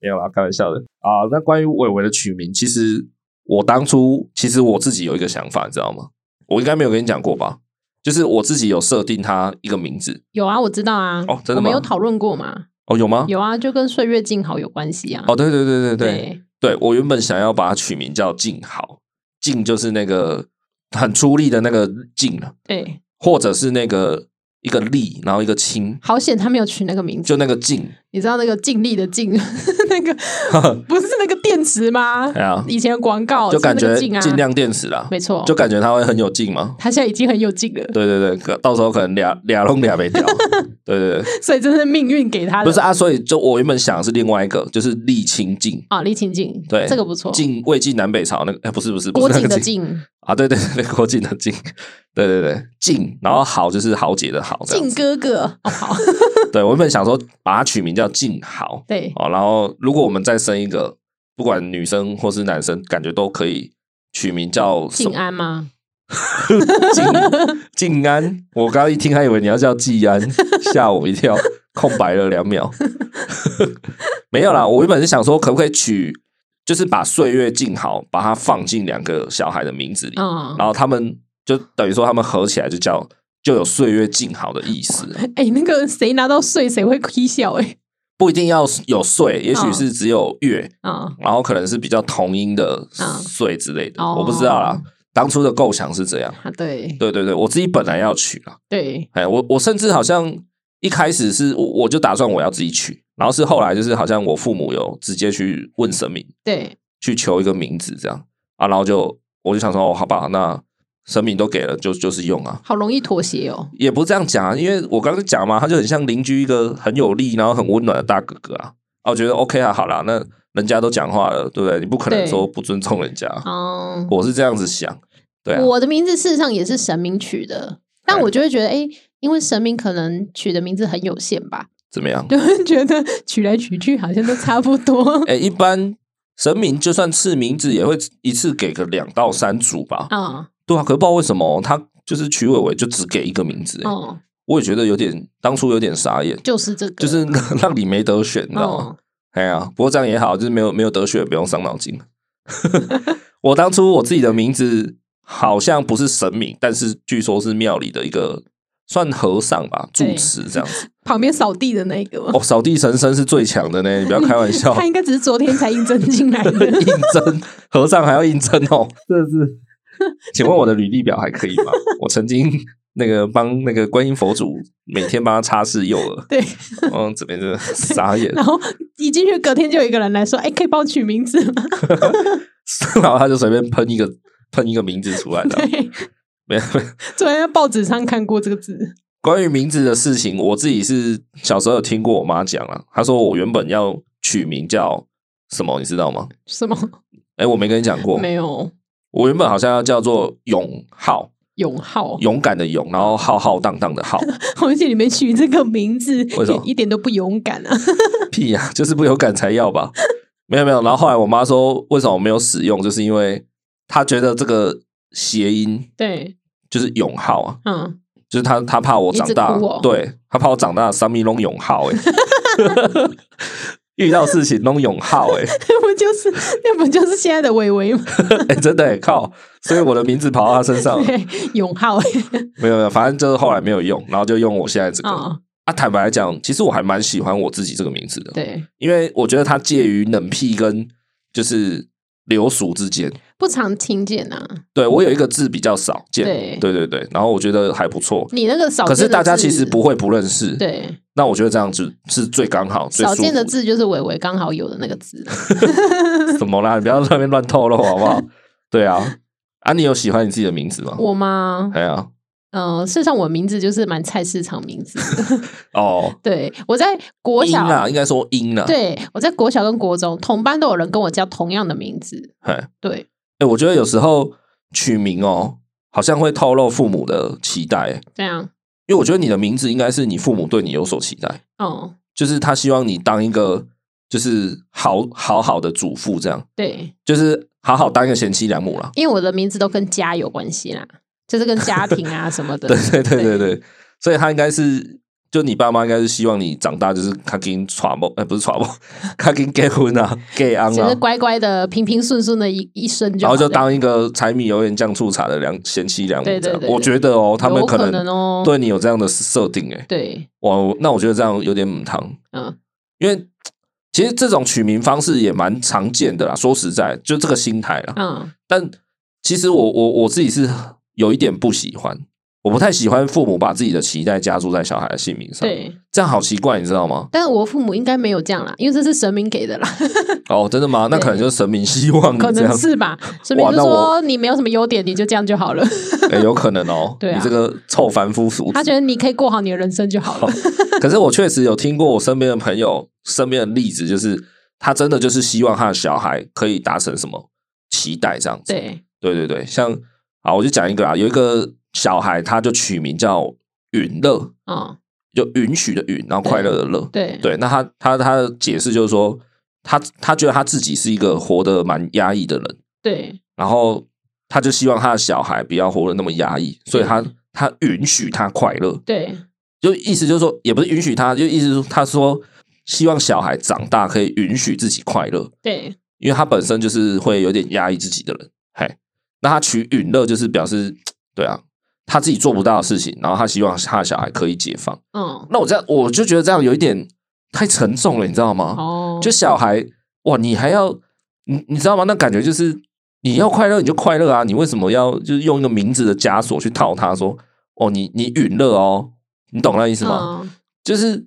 Speaker 1: 没有啦，开玩笑的啊。那关于伟伟的取名，其实我当初其实我自己有一个想法，你知道吗？我应该没有跟你讲过吧？就是我自己有设定他一个名字
Speaker 2: 有啊，我知道啊，
Speaker 1: 哦真的吗
Speaker 2: 我们有讨论过嘛？
Speaker 1: 哦，有吗？
Speaker 2: 有啊，就跟岁月静好有关系啊。
Speaker 1: 哦，对对对对对，
Speaker 2: 对
Speaker 1: 对我原本想要把它取名叫静好，静就是那个很出力的那个静啊，
Speaker 2: 对
Speaker 1: 或者是那个一个力，然后一个清，
Speaker 2: 好险他没有取那个名字，
Speaker 1: 就那个静。
Speaker 2: 你知道那个尽力的尽， 那个不是那个电池吗？
Speaker 1: 哎呀，
Speaker 2: 以前广告
Speaker 1: 就感
Speaker 2: 是那
Speaker 1: 觉
Speaker 2: 个劲啊，
Speaker 1: 尽量电池啦，
Speaker 2: 没错，
Speaker 1: 就感觉它会很有劲嘛。
Speaker 2: 他现在已经很有劲了，
Speaker 1: 对对对，可到时候可能俩俩弄俩没 掉。对对对，
Speaker 2: 所以真是命运给他的。
Speaker 1: 不是啊，所以就我原本想的是另外一个，就是沥青镜，
Speaker 2: 啊，李清静，
Speaker 1: 对
Speaker 2: 这个不错，
Speaker 1: 晋魏晋南北朝那个，哎，不是不是，不
Speaker 2: 郭
Speaker 1: 是那
Speaker 2: 靖
Speaker 1: 个
Speaker 2: 的
Speaker 1: 晋
Speaker 2: 靖，
Speaker 1: 啊，对对对，郭靖的靖，对对对，靖，然后好就是豪杰的豪，这样
Speaker 2: 靖
Speaker 1: 子。
Speaker 2: 哥哥，哦好，
Speaker 1: 对我原本想说把它取名叫靖豪，
Speaker 2: 对
Speaker 1: 哦，然后如果我们再生一个，不管女生或是男生，感觉都可以取名叫什
Speaker 2: 靖
Speaker 1: 么？
Speaker 2: 安吗？
Speaker 1: 静静安，我刚刚一听还以为你要叫季 安，吓我一跳，空白了两秒。 没有啦，我原本是想说，可不可以取，就是把岁月静好，把它放进两个小孩的名字里，
Speaker 2: 嗯，
Speaker 1: 然后他们就等于说他们合起来就叫就有岁月静好的意思，
Speaker 2: 哎，那个谁拿到税谁会哭笑哎，
Speaker 1: 不一定要有
Speaker 2: 哦
Speaker 1: 岁，也许是只有月，
Speaker 2: 啊，
Speaker 1: 然后可能是比较同音的
Speaker 2: 嗯
Speaker 1: 岁之类的，
Speaker 2: 哦
Speaker 1: 我不知道啦。当初的构想是这样，
Speaker 2: 啊对
Speaker 1: 对对对，我自己本来要取啦。
Speaker 2: 对，
Speaker 1: 哎，我我甚至好像一开始是我我就打算我要自己取，然后是后来就是好像我父母有直接去问神明
Speaker 2: 对，
Speaker 1: 去求一个名字这样啊，然后就我就想说哦，好吧，那神明都给了，就就是用啊。
Speaker 2: 好容易妥协哦，
Speaker 1: 也不是这样讲啊，因为我刚刚讲嘛，他就很像邻居一个很有力，然后很温暖的大哥哥啊。啊，我觉得 OK 啊，好啦，那人家都讲话了，对不对？你不可能
Speaker 2: 对
Speaker 1: 说不尊重人家，啊
Speaker 2: 嗯，
Speaker 1: 我是这样子想，对啊，
Speaker 2: 我的名字事实上也是神明取的，但
Speaker 1: 哎
Speaker 2: 我就会觉得，哎、因为神明可能取的名字很有限吧，
Speaker 1: 怎么样？。
Speaker 2: 就会觉得取来取去好像都差不多
Speaker 1: 哎、一般神明就算赐名字，也会一次给个两到三组吧。
Speaker 2: 啊、
Speaker 1: 对啊，可是不知道为什么他就是曲伟伟就只给一个名字、欸，
Speaker 2: 嗯，哦、
Speaker 1: 我也觉得有点当初有点傻眼，
Speaker 2: 就是这个，
Speaker 1: 就是 让你没得选，你知道吗？
Speaker 2: 嗯
Speaker 1: 哎呀、不过这样也好，就是没有没有得选，不用伤脑筋。 我当初我自己的名字好像不是神明，但是据说是庙里的一个算和尚吧，住
Speaker 2: 对
Speaker 1: 持这样子。
Speaker 2: 旁边扫地的那个嘛。
Speaker 1: 哦，扫地神僧是最强的呢，你不要开玩 笑。
Speaker 2: 他应该只是昨天才应征进 来的
Speaker 1: 应，征，和尚还要应征哦，真的 是。请问我的履历表还可以吗？ 我曾经那个帮那个观音佛祖每天帮他擦拭右耳，
Speaker 2: 对。
Speaker 1: 嗯，怎么真的傻眼，
Speaker 2: 然后一进去，隔天就有一个人来说：“哎、可以帮我取名字 吗
Speaker 1: 然后他就随便喷一个喷一个名字出来？” 的，
Speaker 2: 对，
Speaker 1: 没有。没有
Speaker 2: 昨天在报纸上看过这个字。
Speaker 1: 关于名字的事情，我自己是小时候有听过我妈讲了，她说我原本要取名叫什么，你知道吗？
Speaker 2: 什么？
Speaker 1: 哎，我没跟你讲过，
Speaker 2: 没有
Speaker 1: 我原本好像要叫做永浩，
Speaker 2: 永浩，
Speaker 1: 勇敢的勇，然后浩浩荡荡的浩。
Speaker 2: 而且你们取这个名字，
Speaker 1: 为什么
Speaker 2: 也一点都不勇敢啊！
Speaker 1: 屁呀、 就是不有感才要吧？没有没有，然后后来我妈说，为什么我没有使用，就是因为她觉得这个谐音
Speaker 2: 对，
Speaker 1: 就是永浩啊，
Speaker 2: 嗯，
Speaker 1: 就是她她怕我长大，
Speaker 2: 一直哭哦
Speaker 1: 对她怕我长大三米弄永浩哎、 遇到事情弄永浩哎、
Speaker 2: 那不就是那不就是现在的伟伟吗？
Speaker 1: 哎真 的、欸、靠，所以我的名字跑到她身上了，
Speaker 2: 对，永浩
Speaker 1: 没有没有，反正就是后来没有用，然后就用我现在这个。
Speaker 2: 啊，
Speaker 1: 啊，坦白来讲，其实我还蛮喜欢我自己这个名字的，
Speaker 2: 对，
Speaker 1: 因为我觉得它介于冷僻跟就是流俗之间。
Speaker 2: 不常听见啊呐。
Speaker 1: 对我有一个字比较少见，
Speaker 2: 对
Speaker 1: 对对对然后我觉得还不错。
Speaker 2: 你那个少
Speaker 1: 可
Speaker 2: 见
Speaker 1: 是
Speaker 2: 的字，
Speaker 1: 大家其实不会不认识，，
Speaker 2: 对
Speaker 1: 那我觉得这样子是最刚好、最
Speaker 2: 少
Speaker 1: 舒服
Speaker 2: 见的字就是伟伟刚好有的那个字。
Speaker 1: 怎么啦？你不要在那边乱透露好不好？对啊，啊，你有喜欢你自己的名字吗？
Speaker 2: 我吗？
Speaker 1: 哎呀，
Speaker 2: 嗯、事实上我名字就是蛮菜市场名字 的。
Speaker 1: 哦，
Speaker 2: 对我在国
Speaker 1: 音啊
Speaker 2: 小，
Speaker 1: 啦，应该说音啦。，
Speaker 2: 对我在国小跟国中同班都有人跟我叫同样的名字。
Speaker 1: 哎，
Speaker 2: 对，
Speaker 1: 哎，我觉得有时候取名哦，好像会透露父母的期待，
Speaker 2: 这样，
Speaker 1: 因为我觉得你的名字应该是你父母对你有所期待，
Speaker 2: 哦、
Speaker 1: 就是他希望你当一个就是好好好的主妇，这样
Speaker 2: 对，
Speaker 1: 就是好好当一个贤妻良母啦。
Speaker 2: 因为我的名字都跟家有关系啦，就是跟家庭啊什么 的。
Speaker 1: 对对对对对，所以他应该是，就你爸妈应该是希望你长大就是他给你娶梦，哎，不是娶 梦，他给你结婚 啊，gay 安
Speaker 2: 只
Speaker 1: 啊
Speaker 2: 是，乖乖的、平平顺顺的一一生就
Speaker 1: 然
Speaker 2: 好
Speaker 1: 后
Speaker 2: 了，
Speaker 1: 就当一个柴米油盐酱醋茶的良贤妻良母
Speaker 2: 对对
Speaker 1: 这样。
Speaker 2: 对对
Speaker 1: 我觉得哦，他们
Speaker 2: 有可
Speaker 1: 能
Speaker 2: 能哦
Speaker 1: 对你有这样的设定，哎，
Speaker 2: 对，
Speaker 1: 我那我觉得这样有点母汤，
Speaker 2: 嗯，
Speaker 1: 因为其实这种取名方式也蛮常见的啦。说实在，就这个心态啦。
Speaker 2: 嗯，
Speaker 1: 但其实我我我自己是有一点不喜欢，我不太喜欢父母把自己的期待加注在小孩的姓名上。
Speaker 2: 对。
Speaker 1: 这样好奇怪，你知道吗？
Speaker 2: 但是我父母应该没有这样啦，因为这是神明给的啦，
Speaker 1: 哦，真的吗？那
Speaker 2: 对
Speaker 1: 可能就是神明希望
Speaker 2: 可
Speaker 1: 你嗯这
Speaker 2: 能
Speaker 1: 样，
Speaker 2: 是吧。神明就
Speaker 1: 那我
Speaker 2: 说你没有什么优点，你就这样就好了。
Speaker 1: 哎、有可能哦。
Speaker 2: 对啊
Speaker 1: 你这个臭凡夫俗
Speaker 2: 他
Speaker 1: 子。
Speaker 2: 觉得你可以过好你的人生就好了。
Speaker 1: 可是我确实有听过我身边的朋友身边的例子，就是他真的就是希望他的小孩可以达成什么期待这样子。
Speaker 2: 对，
Speaker 1: 对对对，像啊，我就讲一个啊，有一个小孩他就取名叫允乐，
Speaker 2: 嗯，
Speaker 1: 就允许的允，然后快乐的乐。
Speaker 2: 对，
Speaker 1: 对，那他他他的解释就是说，他他觉得他自己是一个活得蛮压抑的人，
Speaker 2: 对，
Speaker 1: 然后他就希望他的小孩不要活得那么压抑，所以他他允许他快乐，
Speaker 2: 对，
Speaker 1: 就意思就是说，也不是允许他，就意思是说他说希望小孩长大可以允许自己快乐，
Speaker 2: 对，
Speaker 1: 因为他本身就是会有点压抑自己的人，嘿，那他取允乐就是表示对啊，他自己做不到的事情，然后他希望他的小孩可以解放。
Speaker 2: 嗯，
Speaker 1: 那我这样我就觉得这样有一点太沉重了，你知道吗？
Speaker 2: 哦，
Speaker 1: 就小孩哇，你还要你你知道吗？那感觉就是你要快乐你就快乐啊，你为什么要就是用一个名字的枷锁去套他说哦，你你允乐哦，你懂那意思吗？
Speaker 2: 嗯
Speaker 1: 就是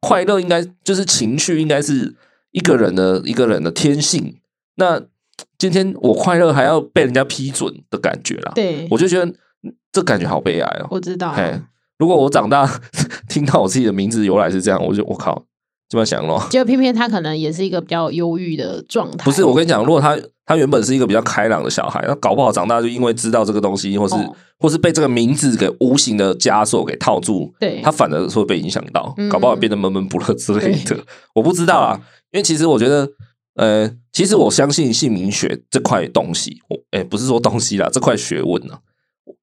Speaker 1: 快乐应该就是情绪应该是一个人的一个人的天性。那今天我快乐还要被人家批准的感觉啦，
Speaker 2: 对，
Speaker 1: 我就觉得这感觉好悲哀哦。
Speaker 2: 我知道，
Speaker 1: 嘿，如果我长大 听到我自己的名字由来是这样，我就我靠，这么想咯。
Speaker 2: 就偏偏他可能也是一个比较忧郁的状态。哦
Speaker 1: 不是，我跟你讲，如果他他原本是一个比较开朗的小孩，那搞不好长大就因为知道这个东西，或是、
Speaker 2: 哦
Speaker 1: 或是被这个名字给无形的枷锁给套住，
Speaker 2: 对，
Speaker 1: 他反而会被影响到，
Speaker 2: 嗯
Speaker 1: 搞不好变得闷闷不乐之类的。 我不知道啊，因为其实我觉得，呃，其实我相信姓名学这块东西，我哎、不是说东西啦，这 块学问啊，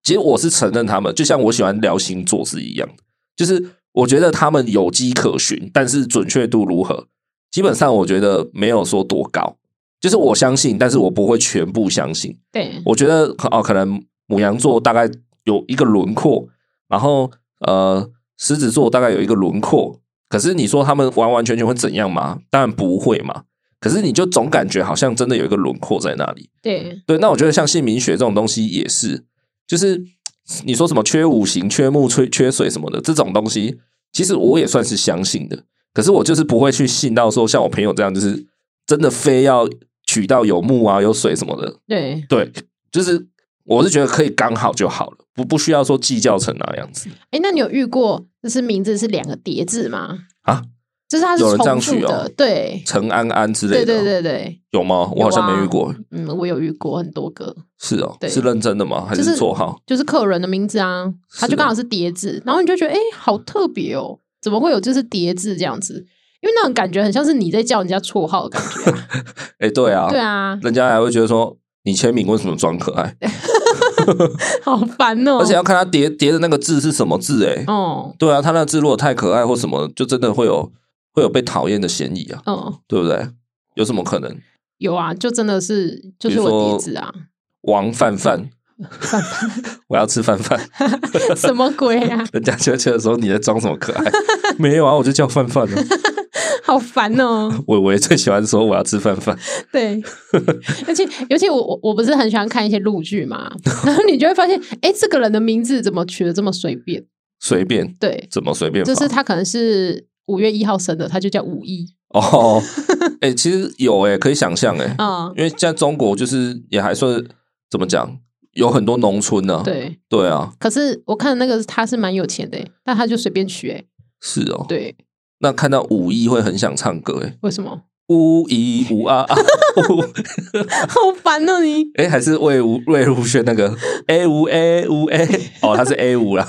Speaker 1: 其实我是承认他们，就像我喜欢聊星座是一样的，就是我觉得他们有迹可循，但是准确度如何，基本上我觉得没有说多高。就是我相信，但是我不会全部相信。
Speaker 2: 对，
Speaker 1: 我觉得可哦，可能母羊座大概有一个轮廓，然后呃，狮子座大概有一个轮廓。可是你说他们完完全全会怎样吗？当然不会嘛。可是你就总感觉好像真的有一个轮廓在那里。
Speaker 2: 对，
Speaker 1: 对，那我觉得像姓名学这种东西也是，就是你说什么缺五行、缺木、缺缺水什么的这种东西，其实我也算是相信的。可是我就是不会去信到说像我朋友这样，就是真的非要取到有木啊、有水什么的，
Speaker 2: 对。
Speaker 1: 对，就是我是觉得可以刚好就好了，不不需要说计较成那样子
Speaker 2: 哎，那你有遇过就是名字是两个叠字吗？
Speaker 1: 啊，
Speaker 2: 就是它是
Speaker 1: 有人这样
Speaker 2: 重复
Speaker 1: 取哦
Speaker 2: 的，对，
Speaker 1: 陈安安之类
Speaker 2: 对
Speaker 1: 的，哦
Speaker 2: 对，对对，
Speaker 1: 有吗？我
Speaker 2: 有
Speaker 1: 好像
Speaker 2: 啊
Speaker 1: 没遇过，
Speaker 2: 嗯，我有遇过很多个，
Speaker 1: 是哦，
Speaker 2: 对
Speaker 1: 是认真的吗？还
Speaker 2: 就是
Speaker 1: 是绰号？
Speaker 2: 就是客人的名字啊，他
Speaker 1: 是
Speaker 2: 就刚
Speaker 1: 啊
Speaker 2: 好是叠字，然后你就觉得哎、诶好特别哦，怎么会有就是叠字这样子？因为那种感觉很像是你在叫人家绰号的感觉啊、
Speaker 1: 哎、对啊，
Speaker 2: 对，啊，
Speaker 1: 人家还会觉得说你签名为什么装可爱，
Speaker 2: 好烦哦。
Speaker 1: 而且要看他叠叠的那个字是什么字、哎、
Speaker 2: 哦，
Speaker 1: 对啊，他那个字如果太可爱或什么，就真的会有会有被讨厌的嫌疑啊，
Speaker 2: 嗯，
Speaker 1: 对不对？有什么可能？
Speaker 2: 有啊，就真的是就是
Speaker 1: 比如
Speaker 2: 我
Speaker 1: 说
Speaker 2: 叠字啊，
Speaker 1: 王范范， 我要吃范范。
Speaker 2: 什么鬼啊，
Speaker 1: 人家就觉得说你在装什么可爱？ 没有啊，我就叫范范了。
Speaker 2: 好烦哦。
Speaker 1: 伟伟最喜欢说我要吃饭饭，
Speaker 2: 对，而且尤其我我我不是很喜欢看一些陆剧 嘛，然后你就会发现，哎、这个人的名字怎么取的这么随便？
Speaker 1: 随便
Speaker 2: 对，
Speaker 1: 怎么随便法，
Speaker 2: 就是他可能是五月一号生的，他就叫五一
Speaker 1: 哦。哎、其实有哎、可以想象哎、
Speaker 2: 啊。
Speaker 1: 因为在中国就是也还算怎么讲？有很多农村呢、啊，
Speaker 2: 对。
Speaker 1: 对啊，
Speaker 2: 可是我看那个他是蛮有钱的欸，但他就随便取哎，
Speaker 1: 是哦。
Speaker 2: 对，
Speaker 1: 那看到五一会很想唱歌，哎，
Speaker 2: 为什么？
Speaker 1: 五一五啊啊，
Speaker 2: 好烦哦你！
Speaker 1: 哎，还是魏无魏如萱那个 A 五 A 五 A，哦，他是 A 五啦，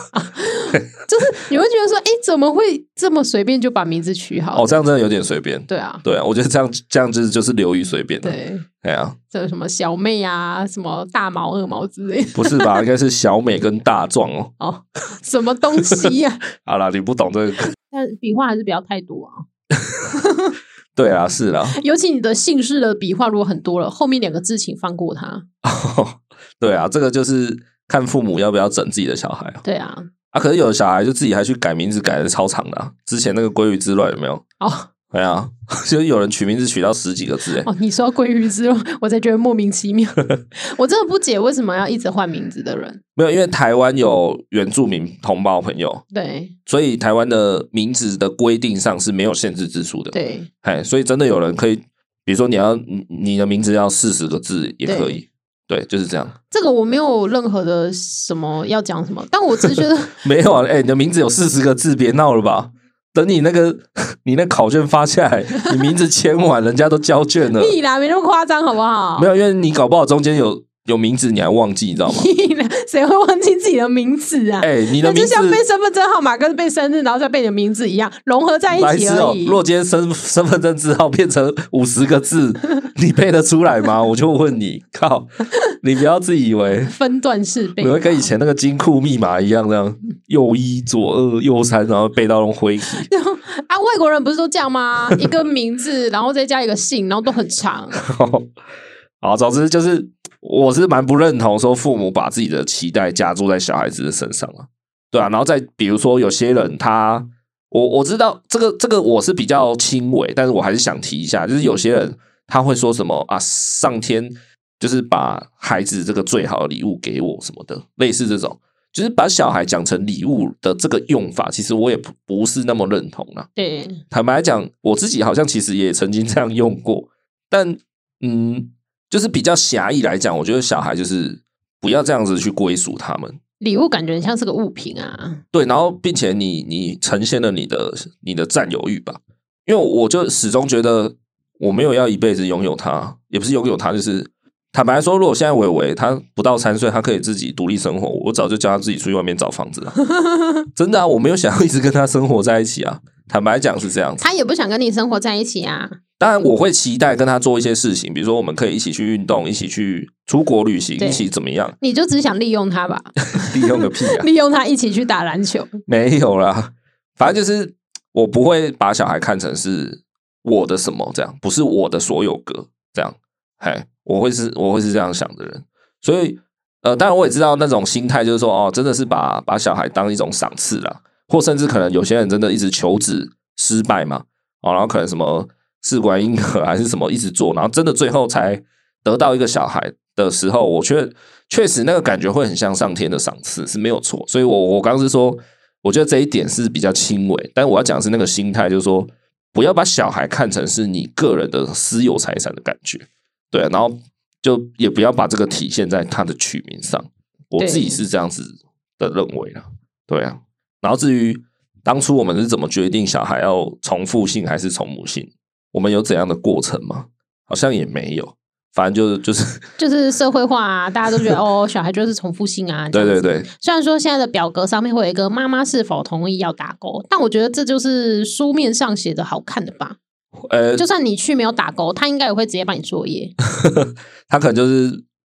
Speaker 2: 就是你会觉得说，哎、怎么会这么随便就把名字取好？
Speaker 1: 哦，这样真的有点随便。
Speaker 2: 对啊，
Speaker 1: 对啊，我觉得这样这样就是就是流于随便的。
Speaker 2: 对，
Speaker 1: 哎呀，
Speaker 2: 这有什么小妹啊，什么大毛、二毛之类的，
Speaker 1: 不是吧？应该是小美跟大壮哦。
Speaker 2: 哦，什么东西 呀、
Speaker 1: 好啦，你不懂这个。
Speaker 2: 但笔画还是不要太多啊，
Speaker 1: 对啊，是啦，
Speaker 2: 尤其你的姓氏的笔画如果很多了，后面两个字请放过它。
Speaker 1: 对啊，这个就是看父母要不要整自己的小孩啊。
Speaker 2: 对啊，
Speaker 1: 啊，可是有的小孩就自己还去改名字，改的超长的、啊。之前那个鲑鱼之乱有没有？
Speaker 2: 哦
Speaker 1: 哎呀， 就是有人取名字取到十几个字哎、
Speaker 2: 哦，你说到鲑鱼之后，我才觉得莫名其 妙。我真的不解为什么要一直换名字的人。
Speaker 1: 没有，因为台湾有原住民同胞朋友，
Speaker 2: 对
Speaker 1: 所以台湾的名字的规定上是没有限制之数的。
Speaker 2: 对
Speaker 1: 哎，所以真的有人可以，比如说你要你你的名字要四十个字也可以，对，就是这样。
Speaker 2: 这个我没有任何的什么要讲什么，但我只 是觉得
Speaker 1: 没有啊，哎、你的名字有四十个字，别闹了吧。等你那个 你那考卷发下来，你名字签完，人家都交卷了。
Speaker 2: 屁啦，没那么夸张，好不好？
Speaker 1: 没有，因为你搞不好中间有有名字，你还忘记，你知 道吗？
Speaker 2: 屁啦，谁会忘记自己的名字啊？
Speaker 1: 哎、你
Speaker 2: 那
Speaker 1: 的
Speaker 2: 就
Speaker 1: 名字
Speaker 2: 像背身份证号码跟背生日，然后再背你的名字一样，融合在一
Speaker 1: 白
Speaker 2: 起
Speaker 1: 痴
Speaker 2: 而
Speaker 1: 哦！
Speaker 2: 已。
Speaker 1: 若今天身身份证字号变成五十个字，你背得出来 吗？我就问你，靠！你不要自以为
Speaker 2: 分段式背
Speaker 1: 你
Speaker 2: 法，
Speaker 1: 会跟以前那个金库密码一样，这样右一左二右三，然后背到用灰体。
Speaker 2: 啊，外国人不是都这 样吗？一个名字，然后再加一个姓，然后都很长。
Speaker 1: 好，总之就是，我是蛮不认同说父母把自己的期待加注在小孩子的身上了，对啊，然后再比如说有些人他，我我知道这个这个我是比较轻微，但是我还是想提一下，就是有些人他会说什么啊，上天就是把孩子这个最好的礼物给我什么的，类似这种，就是把小孩讲成礼物的这个用法，其实我也不不是那么认同啦。
Speaker 2: 对，
Speaker 1: 坦白讲，我自己好像其实也曾经这样用过，但嗯，就是比较狭义来讲，我觉得小孩就是不要这样子去归属他们。
Speaker 2: 礼物感觉很像是个物品啊。
Speaker 1: 对，然后并且你你呈现了你的你的占有欲吧，因为我就始终觉得我没有要一辈子拥有它，也不是拥有它，就是坦白说，如果现在伟伟他不到三岁，他可以自己独立生活，我早就叫他自己出去外面找房子了。 真的啊，我没有想要一直跟他生活在一起啊。坦白讲是这样子。
Speaker 2: 他也不想跟你生活在一起啊。
Speaker 1: 当然，我会期待跟他做一些事情，比如说我们可以一起去运动，一起去出国旅行，
Speaker 2: 对
Speaker 1: 一起怎么样？
Speaker 2: 你就只想利用他吧，
Speaker 1: 利用个屁啊！
Speaker 2: 利用他一起去打篮球。
Speaker 1: 没有啦，反正就是我不会把小孩看成是我的什么这样，不是我的所有格这样。嘿，我会是我会是这样想的人，所以呃，当然我也知道那种心态，就是说哦，真的是把把小孩当一种赏赐啦，或甚至可能有些人真的一直求子失败嘛，哦，然后可能什么试管婴儿还是什么一直做，然后真的最后才得到一个小孩的时候，我确确实那个感觉会很像上天的赏赐是没有错，所以我我刚刚是说，我觉得这一点是比较轻微，但我要讲的是那个心态，就是说不要把小孩看成是你个人的私有财产的感觉，对、啊然后就也不要把这个体现在他的取名上，我
Speaker 2: 对
Speaker 1: 自己是这样子的认为啦，对啊，然后至于当初我们是怎么决定小孩要重复姓还是从母姓，我们有怎样的过程吗？好像也没有，反正就是就是
Speaker 2: 就是社会化啊，大家都觉 得哦，小孩就是重复性啊。这
Speaker 1: 对
Speaker 2: 样
Speaker 1: 对
Speaker 2: 子。
Speaker 1: 对，
Speaker 2: 虽然说现在的表格上面会有一个妈妈是否同意要打勾，但我觉得这就是书面上写的好看的吧。
Speaker 1: 呃，
Speaker 2: 就算你去没有打勾，他应该也会直接帮你作 业，
Speaker 1: 他可能就是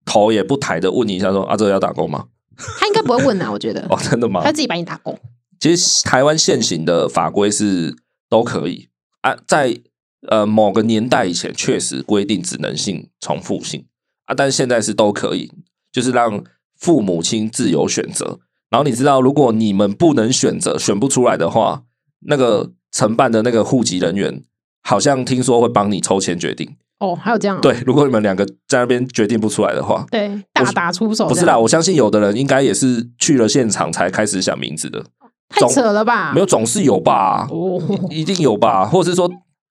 Speaker 1: 头也不抬的问你一下说啊，这个要打工吗？
Speaker 2: 他应该不会问啊。我觉得
Speaker 1: 哦，真的吗
Speaker 2: 他？自己把你打勾。
Speaker 1: 其实台湾现行的法规是都可以啊，在呃某个年代以前确实规定只能性重复性啊，但是现在是都可以，就是让父母亲自由选择。然后你知道，如果你们不能选择，选不出来的话，那个承办的那个户籍人员好像听说会帮你抽签决定。
Speaker 2: 哦，还有这样、哦。
Speaker 1: 对，如果你们两个在那边决定不出来的话，
Speaker 2: 对，大打出手。
Speaker 1: 不是啦，，我相信有的人应该也是去了现场才开始想名字的，
Speaker 2: 太扯了吧？
Speaker 1: 没有总是有吧，
Speaker 2: 哦，
Speaker 1: 一定有吧，或者是说，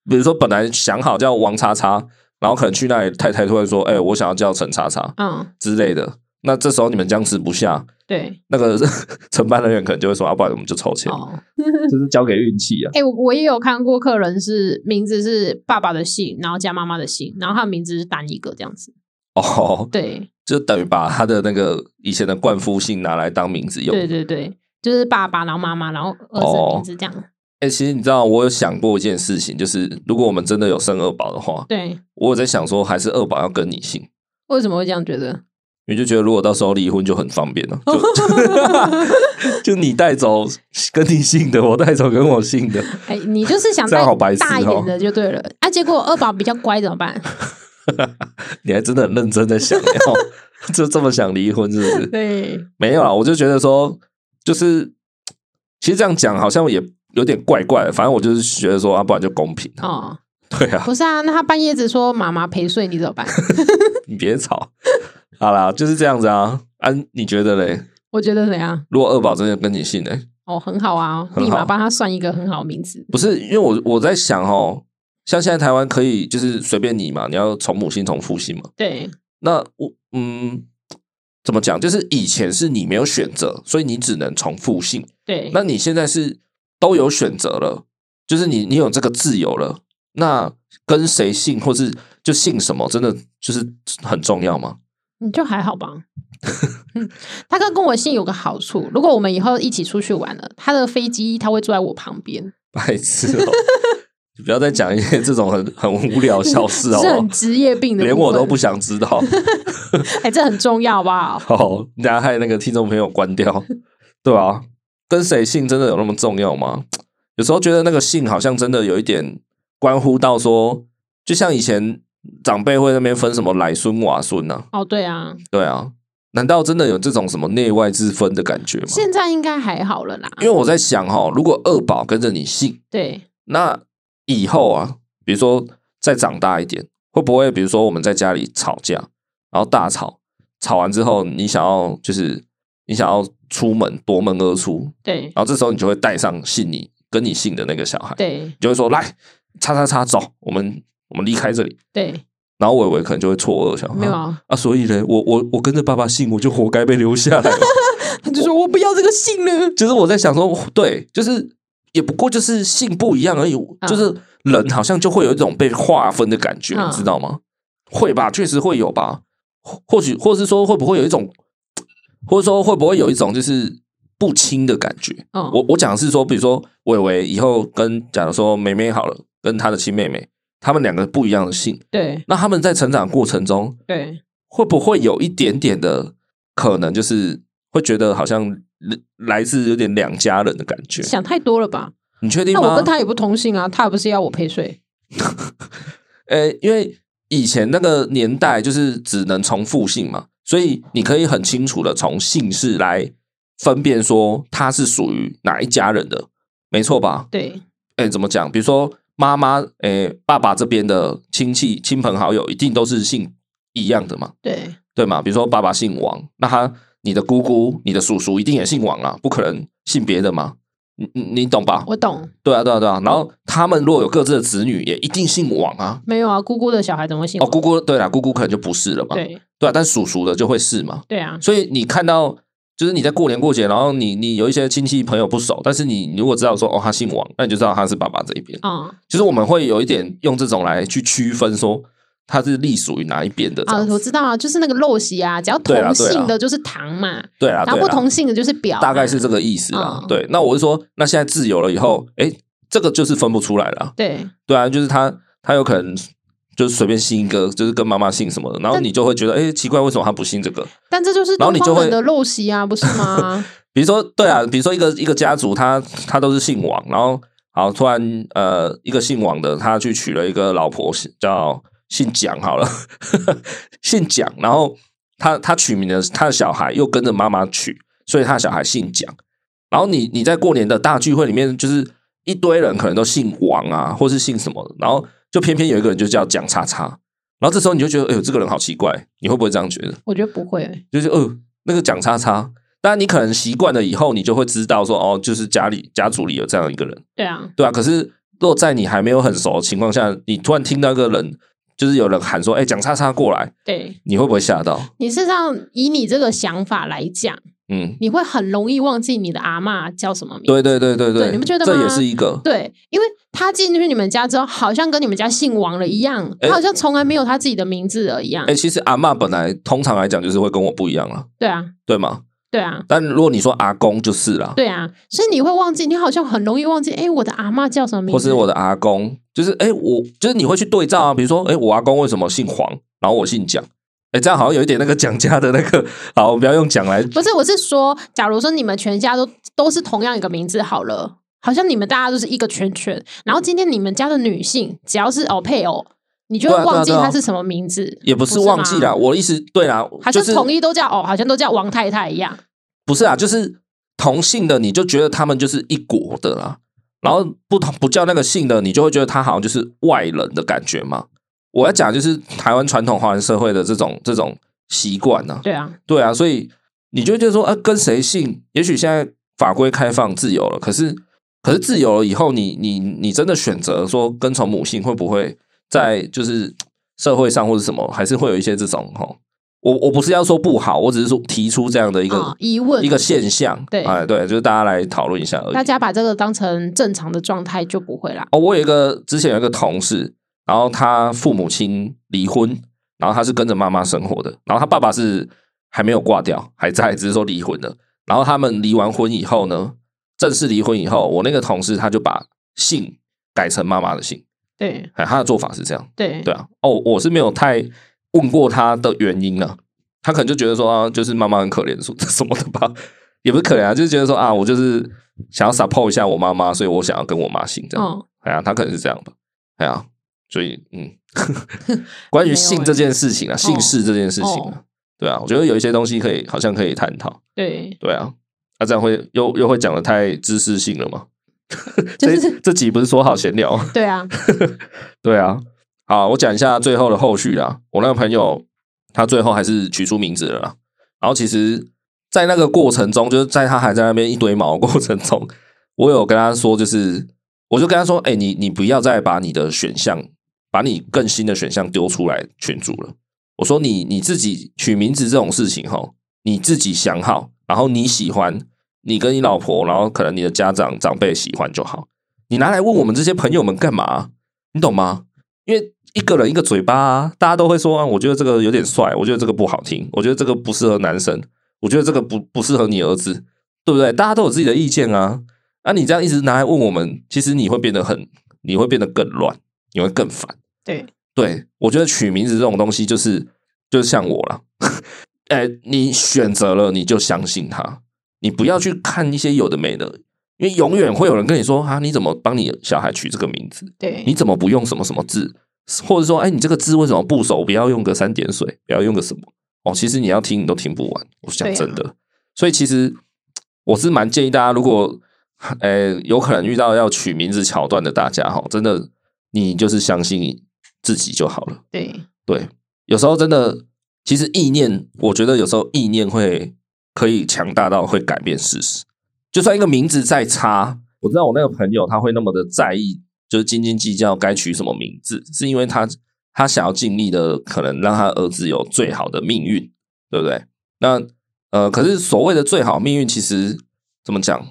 Speaker 1: 比如说本来想好叫王叉叉，然后可能去那里太太突然说：“哎、我想要叫陈查查
Speaker 2: 嗯，
Speaker 1: 之类的。”那这时候你们僵持不下，
Speaker 2: 对，
Speaker 1: 那个 承办人员可能就会说：“啊，不然我们就抽签，
Speaker 2: 哦，
Speaker 1: 就是交给运气啊。
Speaker 2: 哎、我我也有看过客人是名字是爸爸的姓，然后加妈妈的姓，然后他的名字是单一个这样子。”
Speaker 1: 哦，
Speaker 2: 对，
Speaker 1: 就等于把他的那个以前的冠夫姓拿来当名字用。
Speaker 2: 对对对，就是爸爸，然后妈妈，然后儿子的名字这样。
Speaker 1: 哎、其实你知道，我有想过一件事情，就是如果我们真的有生二宝的话，
Speaker 2: 对，
Speaker 1: 我有在想说，还是二宝要跟你姓，
Speaker 2: 为什么会这样觉得？
Speaker 1: 你就觉得如果到时候离婚就很方便了，就 就你带走跟你姓的，我带走跟我姓的，
Speaker 2: 哎、你就是想
Speaker 1: 这
Speaker 2: 带
Speaker 1: 样好白痴
Speaker 2: 大一
Speaker 1: 哦
Speaker 2: 点的就对了。啊，结果二宝比较乖怎么 办？
Speaker 1: 你还真的很认真在想，然后 就这么想离婚是不是？
Speaker 2: 对，
Speaker 1: 没有啦，我就觉得说，就是其实这样讲好像也有点怪怪的，反正我就是觉得说，啊，不然就公平啊，
Speaker 2: 哦，
Speaker 1: 对啊，
Speaker 2: 不是啊，那他半夜只说妈妈陪睡，你怎么办？
Speaker 1: 你别吵， 好啦，就是这样子啊，啊，你觉得嘞？
Speaker 2: 我觉得怎样？
Speaker 1: 如果二宝真的跟你姓嘞、
Speaker 2: 哦，很好啊，
Speaker 1: 很
Speaker 2: 立马
Speaker 1: 好
Speaker 2: 帮他算一个很好的名字。
Speaker 1: 不是，因为我我在想哦，像现在台湾可以就是随便你嘛，你要从母姓从父姓嘛。
Speaker 2: 对，
Speaker 1: 那我嗯，怎么讲？就是以前是你没有选择，所以你只能从父姓。
Speaker 2: 对，
Speaker 1: 那你现在是都有选择了，就是你你有这个自由了。那跟谁姓，或是就姓什么，真的就是很重要吗？
Speaker 2: 嗯，就还好吧。 嗯，他跟跟我姓有个好处，如果我们以后一起出去玩了，他的飞机他会坐在我旁边，
Speaker 1: 白痴哦！你不要再讲一些这种很很无聊的小事
Speaker 2: 这
Speaker 1: 哦
Speaker 2: 很，职业病的部分，
Speaker 1: 连我都不想知道。
Speaker 2: 哎、这很重要吧？
Speaker 1: 哦，你等下害那个听众朋友关掉，对啊，跟谁姓真的有那么重要吗？有时候觉得那个姓好像真的有一点关乎到说，就像以前长辈会那边分什么来孙瓦孙呐、啊，
Speaker 2: 哦，对啊，
Speaker 1: 对啊，难道真的有这种什么内外之分的感觉吗？
Speaker 2: 现在应该还好了啦。
Speaker 1: 因为我在想哈、哦，如果二宝跟着你姓，
Speaker 2: 对，
Speaker 1: 那以后啊，比如说再长大一点，会不会比如说我们在家里吵架，然后大吵，吵完之后你想要就是你想要出门夺门而出，
Speaker 2: 对，
Speaker 1: 然后这时候你就会带上信你跟你姓的那个小孩，
Speaker 2: 对，
Speaker 1: 你就会说来，叉叉叉走，我们我们离开这里。
Speaker 2: 对，
Speaker 1: 然后伟伟可能就会错愕，想
Speaker 2: 没有
Speaker 1: 啊
Speaker 2: 啊，
Speaker 1: 啊，所以呢，我我我跟着爸爸姓，我就活该被留下来了。
Speaker 2: 他就说我不要这个姓了。
Speaker 1: 就是我在想说，对，就是也不过就是性不一样而已，就是人好像就会有一种被划分的感觉，
Speaker 2: 嗯
Speaker 1: 你知道吗？会吧，确实会有吧。或或许，或是说，会不会有一种，或者说会不会有一种就是不亲的感觉？
Speaker 2: 嗯，
Speaker 1: 我我讲的是说，比如说伟伟以后跟，假如说妹妹好了，跟她的亲妹妹，他们两个不一样的姓，
Speaker 2: 对，
Speaker 1: 那他们在成长过程中，
Speaker 2: 对，
Speaker 1: 会不会有一点点的可能，就是会觉得好像来自有点两家人的感觉？
Speaker 2: 想太多了吧？
Speaker 1: 你确定
Speaker 2: 那我
Speaker 1: 吗
Speaker 2: 跟？他也不同姓啊，他也不是要我陪睡。
Speaker 1: 呃、因为以前那个年代就是只能从父姓嘛，所以你可以很清楚的从姓氏来分辨说他是属于哪一家人的，没错吧？
Speaker 2: 对，
Speaker 1: 哎、怎么讲？比如说妈妈，哎、爸爸这边的亲戚、亲朋好友一定都是姓一样的嘛，
Speaker 2: 对，
Speaker 1: 对吗？比如说爸爸姓王，那他你的姑姑、你的叔叔一定也姓王啊，不可能姓别的嘛。你你你懂吧？
Speaker 2: 我懂。
Speaker 1: 对啊，对啊，对啊。然后他们如果有各自的子女，也一定姓王啊。
Speaker 2: 没有啊，姑姑的小孩怎么会姓
Speaker 1: 哦，
Speaker 2: 我？
Speaker 1: 姑姑对啦，姑姑可能就不是了嘛。
Speaker 2: 对，
Speaker 1: 对啊，但叔叔的就会是嘛。
Speaker 2: 对啊，
Speaker 1: 所以你看到，就是你在过年过节，然后你你有一些亲戚朋友不熟，但是你如果知道说哦他姓王，那你就知道他是爸爸这一边。
Speaker 2: 啊、嗯、
Speaker 1: 就是我们会有一点用这种来去区分说他是隶属于哪一边的这
Speaker 2: 啊
Speaker 1: 样，
Speaker 2: 我
Speaker 1: 子。
Speaker 2: 知道啊，就是那个陋习啊，只要
Speaker 1: 对啦
Speaker 2: 同
Speaker 1: 对啦
Speaker 2: 姓的就是堂嘛，
Speaker 1: 对啊，
Speaker 2: 然
Speaker 1: 对
Speaker 2: 后不
Speaker 1: 啊。
Speaker 2: 同姓的就是表嘛，
Speaker 1: 大概是这个意思啦。
Speaker 2: 嗯
Speaker 1: 对，那我是说，那现在自由了以后，哎，这个就是分不出来了啊。
Speaker 2: 对
Speaker 1: 对啊，就是他他有可能就是随便信一个，就是跟妈妈姓什么的，然后
Speaker 2: 但
Speaker 1: 你就会觉得，哎，奇怪，为什么他不信这个？
Speaker 2: 但这就是
Speaker 1: 然后
Speaker 2: 东
Speaker 1: 你就
Speaker 2: 方人
Speaker 1: 会
Speaker 2: 的陋习啊，不是 吗？
Speaker 1: 比如说，对啊，比如说一个一个家族，他他都是姓王，然后好突然呃，一个姓王的他去娶了一个老婆，叫姓蒋好了， 姓蒋，然后他他取名的他的小孩又跟着妈妈取，所以他的小孩姓蒋。然后你你在过年的大聚会里面，就是一堆人可能都姓王啊，或是姓什么的，然后就偏偏有一个人就叫蒋叉叉，然后这时候你就觉得，哎呦，这个人好奇怪，你会不会这样觉得？
Speaker 2: 我觉得不会，
Speaker 1: 就是哦，那个蒋叉叉。但你可能习惯了以后，你就会知道说，哦，就是家里家族里有这样一个人，
Speaker 2: 对啊，
Speaker 1: 对啊。可是，若在你还没有很熟的情况下，你突然听到一个人就是有人喊说：“哎、蒋叉叉过来！”
Speaker 2: 对，
Speaker 1: 你会不会吓到？
Speaker 2: 你事实上以你这个想法来讲，
Speaker 1: 嗯，
Speaker 2: 你会很容易忘记你的阿嬷叫什么名字。
Speaker 1: 对对对对
Speaker 2: 对你不觉得
Speaker 1: 这也
Speaker 2: 吗
Speaker 1: 是一个？
Speaker 2: 对，因为他进去你们家之后，好像跟你们家姓王了一样，
Speaker 1: 哎
Speaker 2: 他好像从来没有他自己的名字啊了一样
Speaker 1: 哎、。其实阿嬷本来通常来讲就是会跟我不一样了，
Speaker 2: 对啊，
Speaker 1: 对吗？
Speaker 2: 对啊，
Speaker 1: 但如果你说阿公就是啦，
Speaker 2: 对啊，所以你会忘记，你好像很容易忘记，哎，我的阿嬷叫什么名字？
Speaker 1: 或是我的阿公，就是哎、我就是你会去对照啊，比如说哎、我阿公为什么姓黄，然后我姓蒋，哎、这样好像有一点那个蒋家的那个，好，我们不要用蒋来，
Speaker 2: 不是，我是说，假如说你们全家都都是同样一个名字好了，好像你们大家都是一个圈圈，然后今天你们家的女性只要是哦配偶，你就
Speaker 1: 对
Speaker 2: 会
Speaker 1: 啊对啊
Speaker 2: 忘记
Speaker 1: 对啊
Speaker 2: 她是什么名字，
Speaker 1: 也不是忘记啦，
Speaker 2: 吗，
Speaker 1: 我的意思对啦，
Speaker 2: 好
Speaker 1: 就
Speaker 2: 像
Speaker 1: 是
Speaker 2: 统一都叫哦，好像都叫王太太一样。
Speaker 1: 不是啊，就是同姓的你就觉得他们就是一国的啦，然后不同不叫那个姓的，你就会觉得他好像就是外人的感觉嘛。我要讲就是台湾传统华人社会的这种这种习惯呢、啊，
Speaker 2: 对啊，
Speaker 1: 对啊，所以你就会觉得说，啊，跟谁姓？也许现在法规开放自由了，可是可是自由了以后，你你你真的选择说跟从母姓，会不会在就是社会上或者什么，还是会有一些这种吼？我我不是要说不好，我只是说提出这样的一个、
Speaker 2: 啊、疑问
Speaker 1: 一个现象，
Speaker 2: 对
Speaker 1: 哎，对，就是大家来讨论一下而已
Speaker 2: 大。家把这个当成正常的状态就不会啦。
Speaker 1: 哦，我有一个之前有一个同事，然后他父母亲离婚，然后他是跟着妈妈生活的，然后他爸爸是还没有挂掉，还在，只是说离婚了。然后他们离完婚以后呢，正式离婚以后，我那个同事他就把姓改成妈妈的姓，
Speaker 2: 对
Speaker 1: 哎，他的做法是这样，
Speaker 2: 对
Speaker 1: 对啊。哦，我是没有太问过他的原因啊，他可能就觉得说啊，就是妈妈很可怜什么 什么的吧，也不是可怜啊，就是觉得说啊，我就是想要 support 一下我妈妈，所以我想要跟我妈姓这样。
Speaker 2: 哦，
Speaker 1: 哎呀，他可能是这样吧。哎呀，所以 嗯，关
Speaker 2: 没
Speaker 1: 于
Speaker 2: 有
Speaker 1: 性
Speaker 2: 欸
Speaker 1: 这件事情啊，姓
Speaker 2: 哦
Speaker 1: 氏这件事情啊，
Speaker 2: 哦
Speaker 1: 对啊，我觉得有一些东西可以，好像可以探讨。
Speaker 2: 对，
Speaker 1: 对啊，那、这样会又又会讲的太知识性了吗？
Speaker 2: 就
Speaker 1: 这
Speaker 2: 是
Speaker 1: 这集不是说好闲聊吗？
Speaker 2: 对啊，
Speaker 1: 对啊，好，我讲一下最后的后续啦。我那个朋友他最后还是取出名字了啦。然后其实，在那个过程中，就是在他还在那边一堆毛的过程中，我有跟他说，就是我就跟他说，哎、你你不要再把你的选项，把你更新的选项丢出来群组了。我说你你自己取名字这种事情吼，你自己想好，然后你喜欢，你跟你老婆，然后可能你的家长长辈喜欢就好。你拿来问我们这些朋友们干嘛？啊你懂吗？因为一个人一个嘴巴、啊，大家都会说啊，我觉得这个有点帅，我觉得这个不好听，我觉得这个不适合男生，我觉得这个不不适合你儿子，对不对？大家都有自己的意见啊。啊，你这样一直拿来问我们，其实你会变得很，你会变得更乱，你会更烦。
Speaker 2: 对
Speaker 1: 对，我觉得取名字这种东西，就是就是像我啦， 哎、你选择了你就相信他，你不要去看一些有的没的，因为永远会有人跟你说啊，你怎么帮你小孩取这个名字？
Speaker 2: 对
Speaker 1: 你，怎么不用什么什么字？或者说，哎，你这个字为什么部首不要用个三点水，不要用个什么？哦，其实你要听你都听不完，我是讲
Speaker 2: 对啊
Speaker 1: 真的。所以其实我是蛮建议大家，如果呃有可能遇到要取名字桥段的大家哈，真的你就是相信自己就好了。
Speaker 2: 对
Speaker 1: 对，有时候真的，其实意念，我觉得有时候意念会可以强大到会改变事实。就算一个名字再差，我知道我那个朋友他会那么的在意，就是斤斤计较该取什么名字，是因为他他想要尽力的可能让他儿子有最好的命运，对不对？那呃，可是所谓的最好命运，其实怎么讲？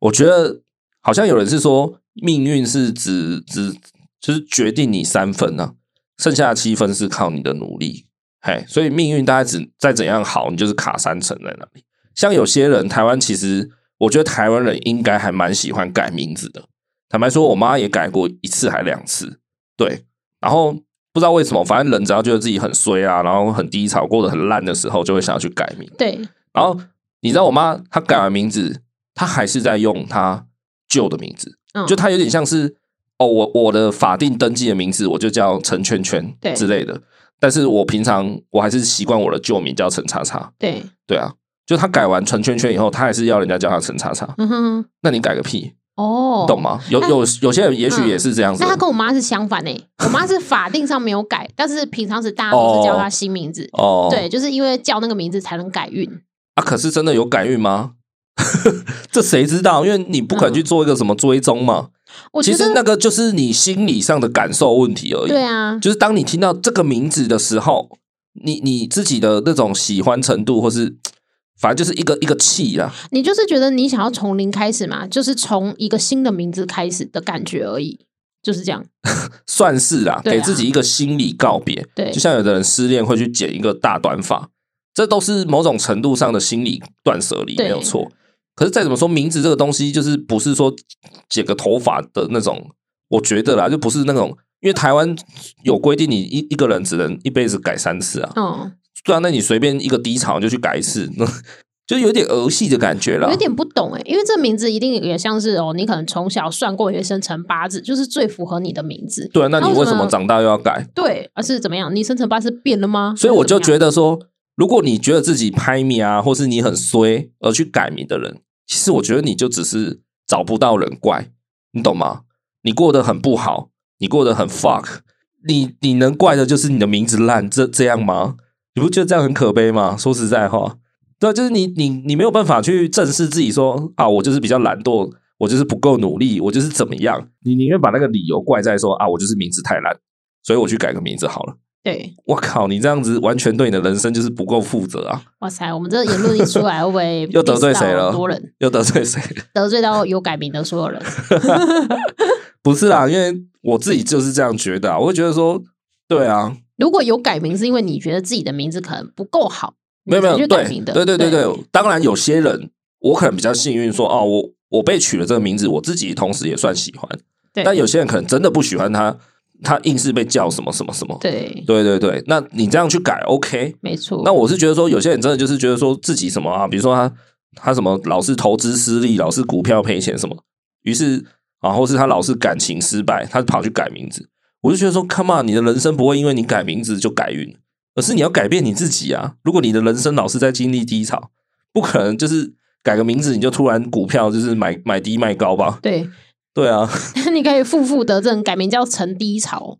Speaker 1: 我觉得好像有人是说命运是指指就是决定你三分啊，剩下的七分是靠你的努力。嘿，所以命运大概只再怎样好，你就是卡三成在那里。像有些人，台湾其实我觉得台湾人应该还蛮喜欢改名字的。坦白说，我妈也改过一次还两次，对。然后不知道为什么，反正人只要觉得自己很衰啊，然后很低潮，过得很烂的时候，就会想要去改名。
Speaker 2: 对
Speaker 1: 然后
Speaker 2: 嗯
Speaker 1: 你知道我妈她改完名字，她还是在用她旧的名字，
Speaker 2: 嗯
Speaker 1: 就她有点像是哦，我我的法定登记的名字我就叫陈圈圈
Speaker 2: 对
Speaker 1: 之类的，但是我平常我还是习惯我的旧名叫陈叉叉，
Speaker 2: 对，
Speaker 1: 对啊，就她改完陈圈圈以后，她还是要人家叫她陈叉叉，
Speaker 2: 嗯哼，
Speaker 1: 那你改个屁，
Speaker 2: 哦，
Speaker 1: 懂吗？有
Speaker 2: 那
Speaker 1: 有有些人也许
Speaker 2: 嗯
Speaker 1: 也是这样子
Speaker 2: 那，他跟我妈是相反呢、欸我妈是法定上没有改， 但是平常时大家都是叫她新名字。
Speaker 1: 哦，
Speaker 2: 对，就是因为叫那个名字才能改运。
Speaker 1: 啊，可是真
Speaker 2: 嗯
Speaker 1: 的有改运吗？这谁知道？因为你不可能去做一个什么追踪嘛，
Speaker 2: 我
Speaker 1: 其
Speaker 2: 觉
Speaker 1: 实
Speaker 2: 得
Speaker 1: 那个就是你心理上的感受问题而已。
Speaker 2: 对啊，
Speaker 1: 就是当你听到这个名字的时候，你你自己的那种喜欢程度，或是反正就是一个一个气啦。
Speaker 2: 你就是觉得你想要从零开始嘛，就是从一个新的名字开始的感觉而已，就是这样。
Speaker 1: 算是啦，
Speaker 2: 对啊
Speaker 1: 给自己一个心理告别。
Speaker 2: 对
Speaker 1: 就像有的人失恋会去剪一个大短发，这都是某种程度上的心理断舍离，
Speaker 2: 对
Speaker 1: 没有错。可是再怎么说，名字这个东西就是不是说剪个头发的那种，我觉得啦，就不是那种，因为台湾有规定，你一一个人只能一辈子改三次啊。
Speaker 2: 嗯，
Speaker 1: 对啊，那你随便一个低潮就去改一次， 那就有点儿戏的感觉啦
Speaker 2: 有。点不懂哎、因为这名字一定也像是哦，你可能从小算过你的生辰八字，就是最符合你的名字。
Speaker 1: 对啊，那你为什
Speaker 2: 那为什
Speaker 1: 么
Speaker 2: 么
Speaker 1: 长大又要改？
Speaker 2: 对，而是怎么样？你生辰八字变了吗？
Speaker 1: 所以我就觉
Speaker 2: 得，
Speaker 1: 得说，如果你觉得自己拍米啊，或是你很衰而去改名的人，其实我觉得你就只是找不到人怪，你懂吗？你过得很不好，你过得很 fuck，你你能怪的就是你的名字烂，这这样吗？你不觉得这样很可悲吗？说实在话，对啊，就是你你你没有办法去正视自己说啊，我就是比较懒惰，我就是不够努力，我就是怎么样？你宁愿把那个理由怪在说啊，我就是名字太烂，所以我去改个名字好了。
Speaker 2: 对，
Speaker 1: 我靠，你这样子完全对你的人生就是不够负责啊！
Speaker 2: 哇塞，我们这言论一出来，会不会
Speaker 1: 又得罪谁
Speaker 2: diss 到
Speaker 1: 了
Speaker 2: 很多人
Speaker 1: 又得罪谁？
Speaker 2: 得罪到有改名的所有人。
Speaker 1: 不是啦，因为我自己就是这样觉得啊，我会觉得说，对啊，
Speaker 2: 如果有改名，是因为你觉得自己的名字可能不够好，
Speaker 1: 没有没有
Speaker 2: 你才，去
Speaker 1: 对
Speaker 2: 改名的。
Speaker 1: 对对对对，当然有些人我可能比较幸运说，哦，我我被取了这个名字，我自己同时也算喜欢，
Speaker 2: 对
Speaker 1: 但有些人可能真的不喜欢他，他硬是被叫什么什么什么，
Speaker 2: 对，
Speaker 1: 对对对，那你这样去改 OK，
Speaker 2: 没错。
Speaker 1: 那我是觉得说，有些人真的就是觉得说自己什么啊，比如说他他什么老是投资失利，老是股票赔钱什么，于是啊，或是他老是感情失败，他跑去改名字。我就觉得说，Come on，你的人生不会因为你改名字就改运，而是你要改变你自己啊。如果你的人生老是在经历低潮，不可能就是改个名字你就突然股票就是买买低卖高吧？
Speaker 2: 对，
Speaker 1: 对啊，
Speaker 2: 你可以负负得正，改名叫陈低 潮，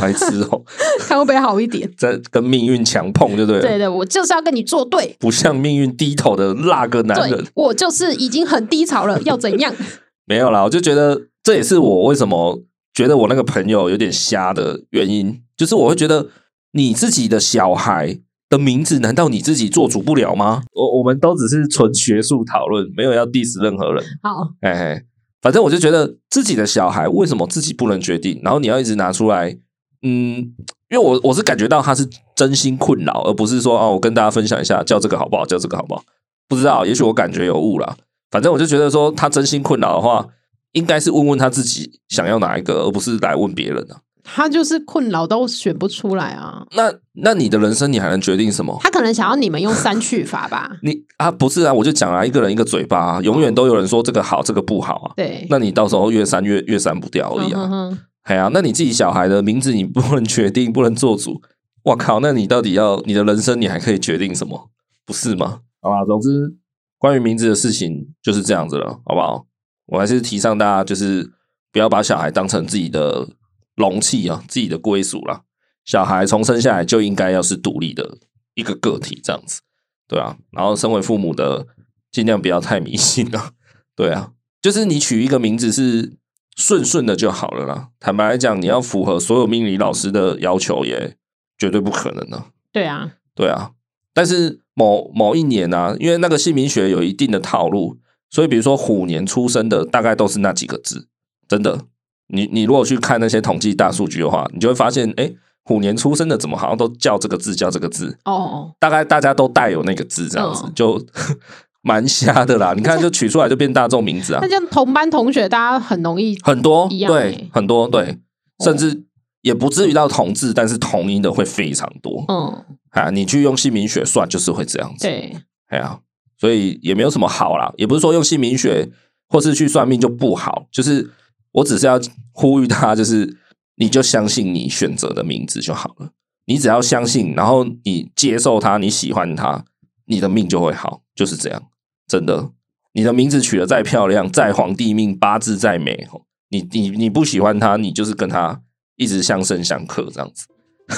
Speaker 1: 白痴哦、
Speaker 2: 看会不会好一点？
Speaker 1: 在跟命运强碰，对不对啊了？
Speaker 2: 对对，我就是要跟你作对。
Speaker 1: 不向命运低头的那个男人
Speaker 2: 对。，我就是已经很低潮了，要怎样？
Speaker 1: 没有啦，我就觉得这也是我为什么觉得我那个朋友有点瞎的原因，就是我会觉得你自己的小孩的名字，难道你自己做主不了吗？我我们都只是纯学术讨论，没有要 diss 任何人。
Speaker 2: 好，
Speaker 1: 哎嘿，反正我就觉得自己的小孩为什么自己不能决定，然后你要一直拿出来，嗯，因为我我是感觉到他是真心困扰，而不是说哦，我跟大家分享一下叫这个好不好，叫这个好不好？不知道，也许我感觉有误啦。反正我就觉得说他真心困扰的话，应该是问问他自己想要哪一个，而不是来问别人啊。
Speaker 2: 他就是困扰都选不出来啊。
Speaker 1: 那那你的人生你还能决定什么？？
Speaker 2: 他可能想要你们用删去法吧
Speaker 1: 你啊，不是啊，我就讲啊，一个人一个嘴巴、啊，永远都有人说这个好，这个不好啊。
Speaker 2: 对，
Speaker 1: 那你到时候越删越越删不掉而已啊。
Speaker 2: 嗯哼哼
Speaker 1: 哎呀，那你自己小孩的名字你不能决定，不能做主。我靠，那你到底要你的人生你还可以决定什么？不是吗？好吧，总之关于名字的事情就是这样子了，好不好？我还是提倡大家就是不要把小孩当成自己的容器啊，自己的归属啦。小孩从生下来就应该要是独立的一个个体，这样子，对啊。然后，身为父母的尽量不要太迷信了、对啊。就是你取一个名字是顺顺的就好了啦。坦白来讲，你要符合所有命理老师的要求，也绝对不可能的、
Speaker 2: 对啊，
Speaker 1: 对啊，但是某某一年啊，因为那个姓名学有一定的套路，所以比如说虎年出生的大概都是那几个字，真的。你你如果去看那些统计大数据的话，你就会发现，哎，虎年出生的怎么好像都叫这个字叫这个字，
Speaker 2: 哦，
Speaker 1: 大概大家都带有那个字这样子，
Speaker 2: 嗯
Speaker 1: 就 蛮瞎的啦。你看，就取出来就变大众名字啊
Speaker 2: 那。这样同班同学大家很容易
Speaker 1: 很多
Speaker 2: 一样
Speaker 1: 对
Speaker 2: 欸，哦
Speaker 1: 很多对，甚至也不至于到同字，但是同音的会非常多
Speaker 2: 嗯，
Speaker 1: 啊。你去用姓名学算，就是会这样子。
Speaker 2: 对，
Speaker 1: 哎呀、所以也没有什么好啦，也不是说用姓名学或是去算命就不好，就是我只是要呼吁大家，就是你就相信你选择的名字就好了。你只要相信，然后你接受它，你喜欢它，你的命就会好，就是这样，真的。你的名字取得再漂亮，再皇帝命，八字再美，吼你你你不喜欢它，你就是跟它一直相生相克这样子。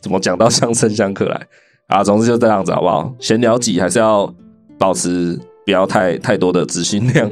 Speaker 1: 怎么讲到相生相克来？啊，总之就这样子，好不好？闲聊几还是要保持不要太太多的资讯量，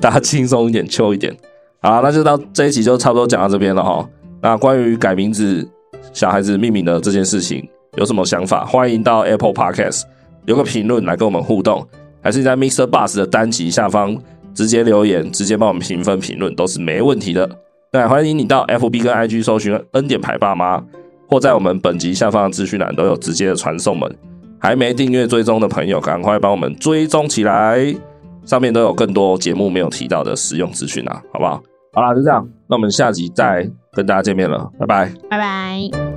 Speaker 1: 大家轻松一点，chill 一点。好啦，那就到这一集就差不多讲到这边了哈。那关于改名字、小孩子命名的这件事情，有什么想法？欢迎到 Apple Podcast 留个评论来跟我们互动，还是你在 Mr. Bus 的单集下方直接留言，直接帮我们评分评论都是没问题的。那也欢迎你到 FB 跟 IG 搜寻“恩典牌爸妈”，或在我们本集下方的资讯栏都有直接的传送门。还没订阅追踪的朋友，赶快帮我们追踪起来，上面都有更多节目没有提到的实用资讯啊，好不好？好啦，就这样，那我们下集再跟大家见面了，拜拜。
Speaker 2: 拜拜。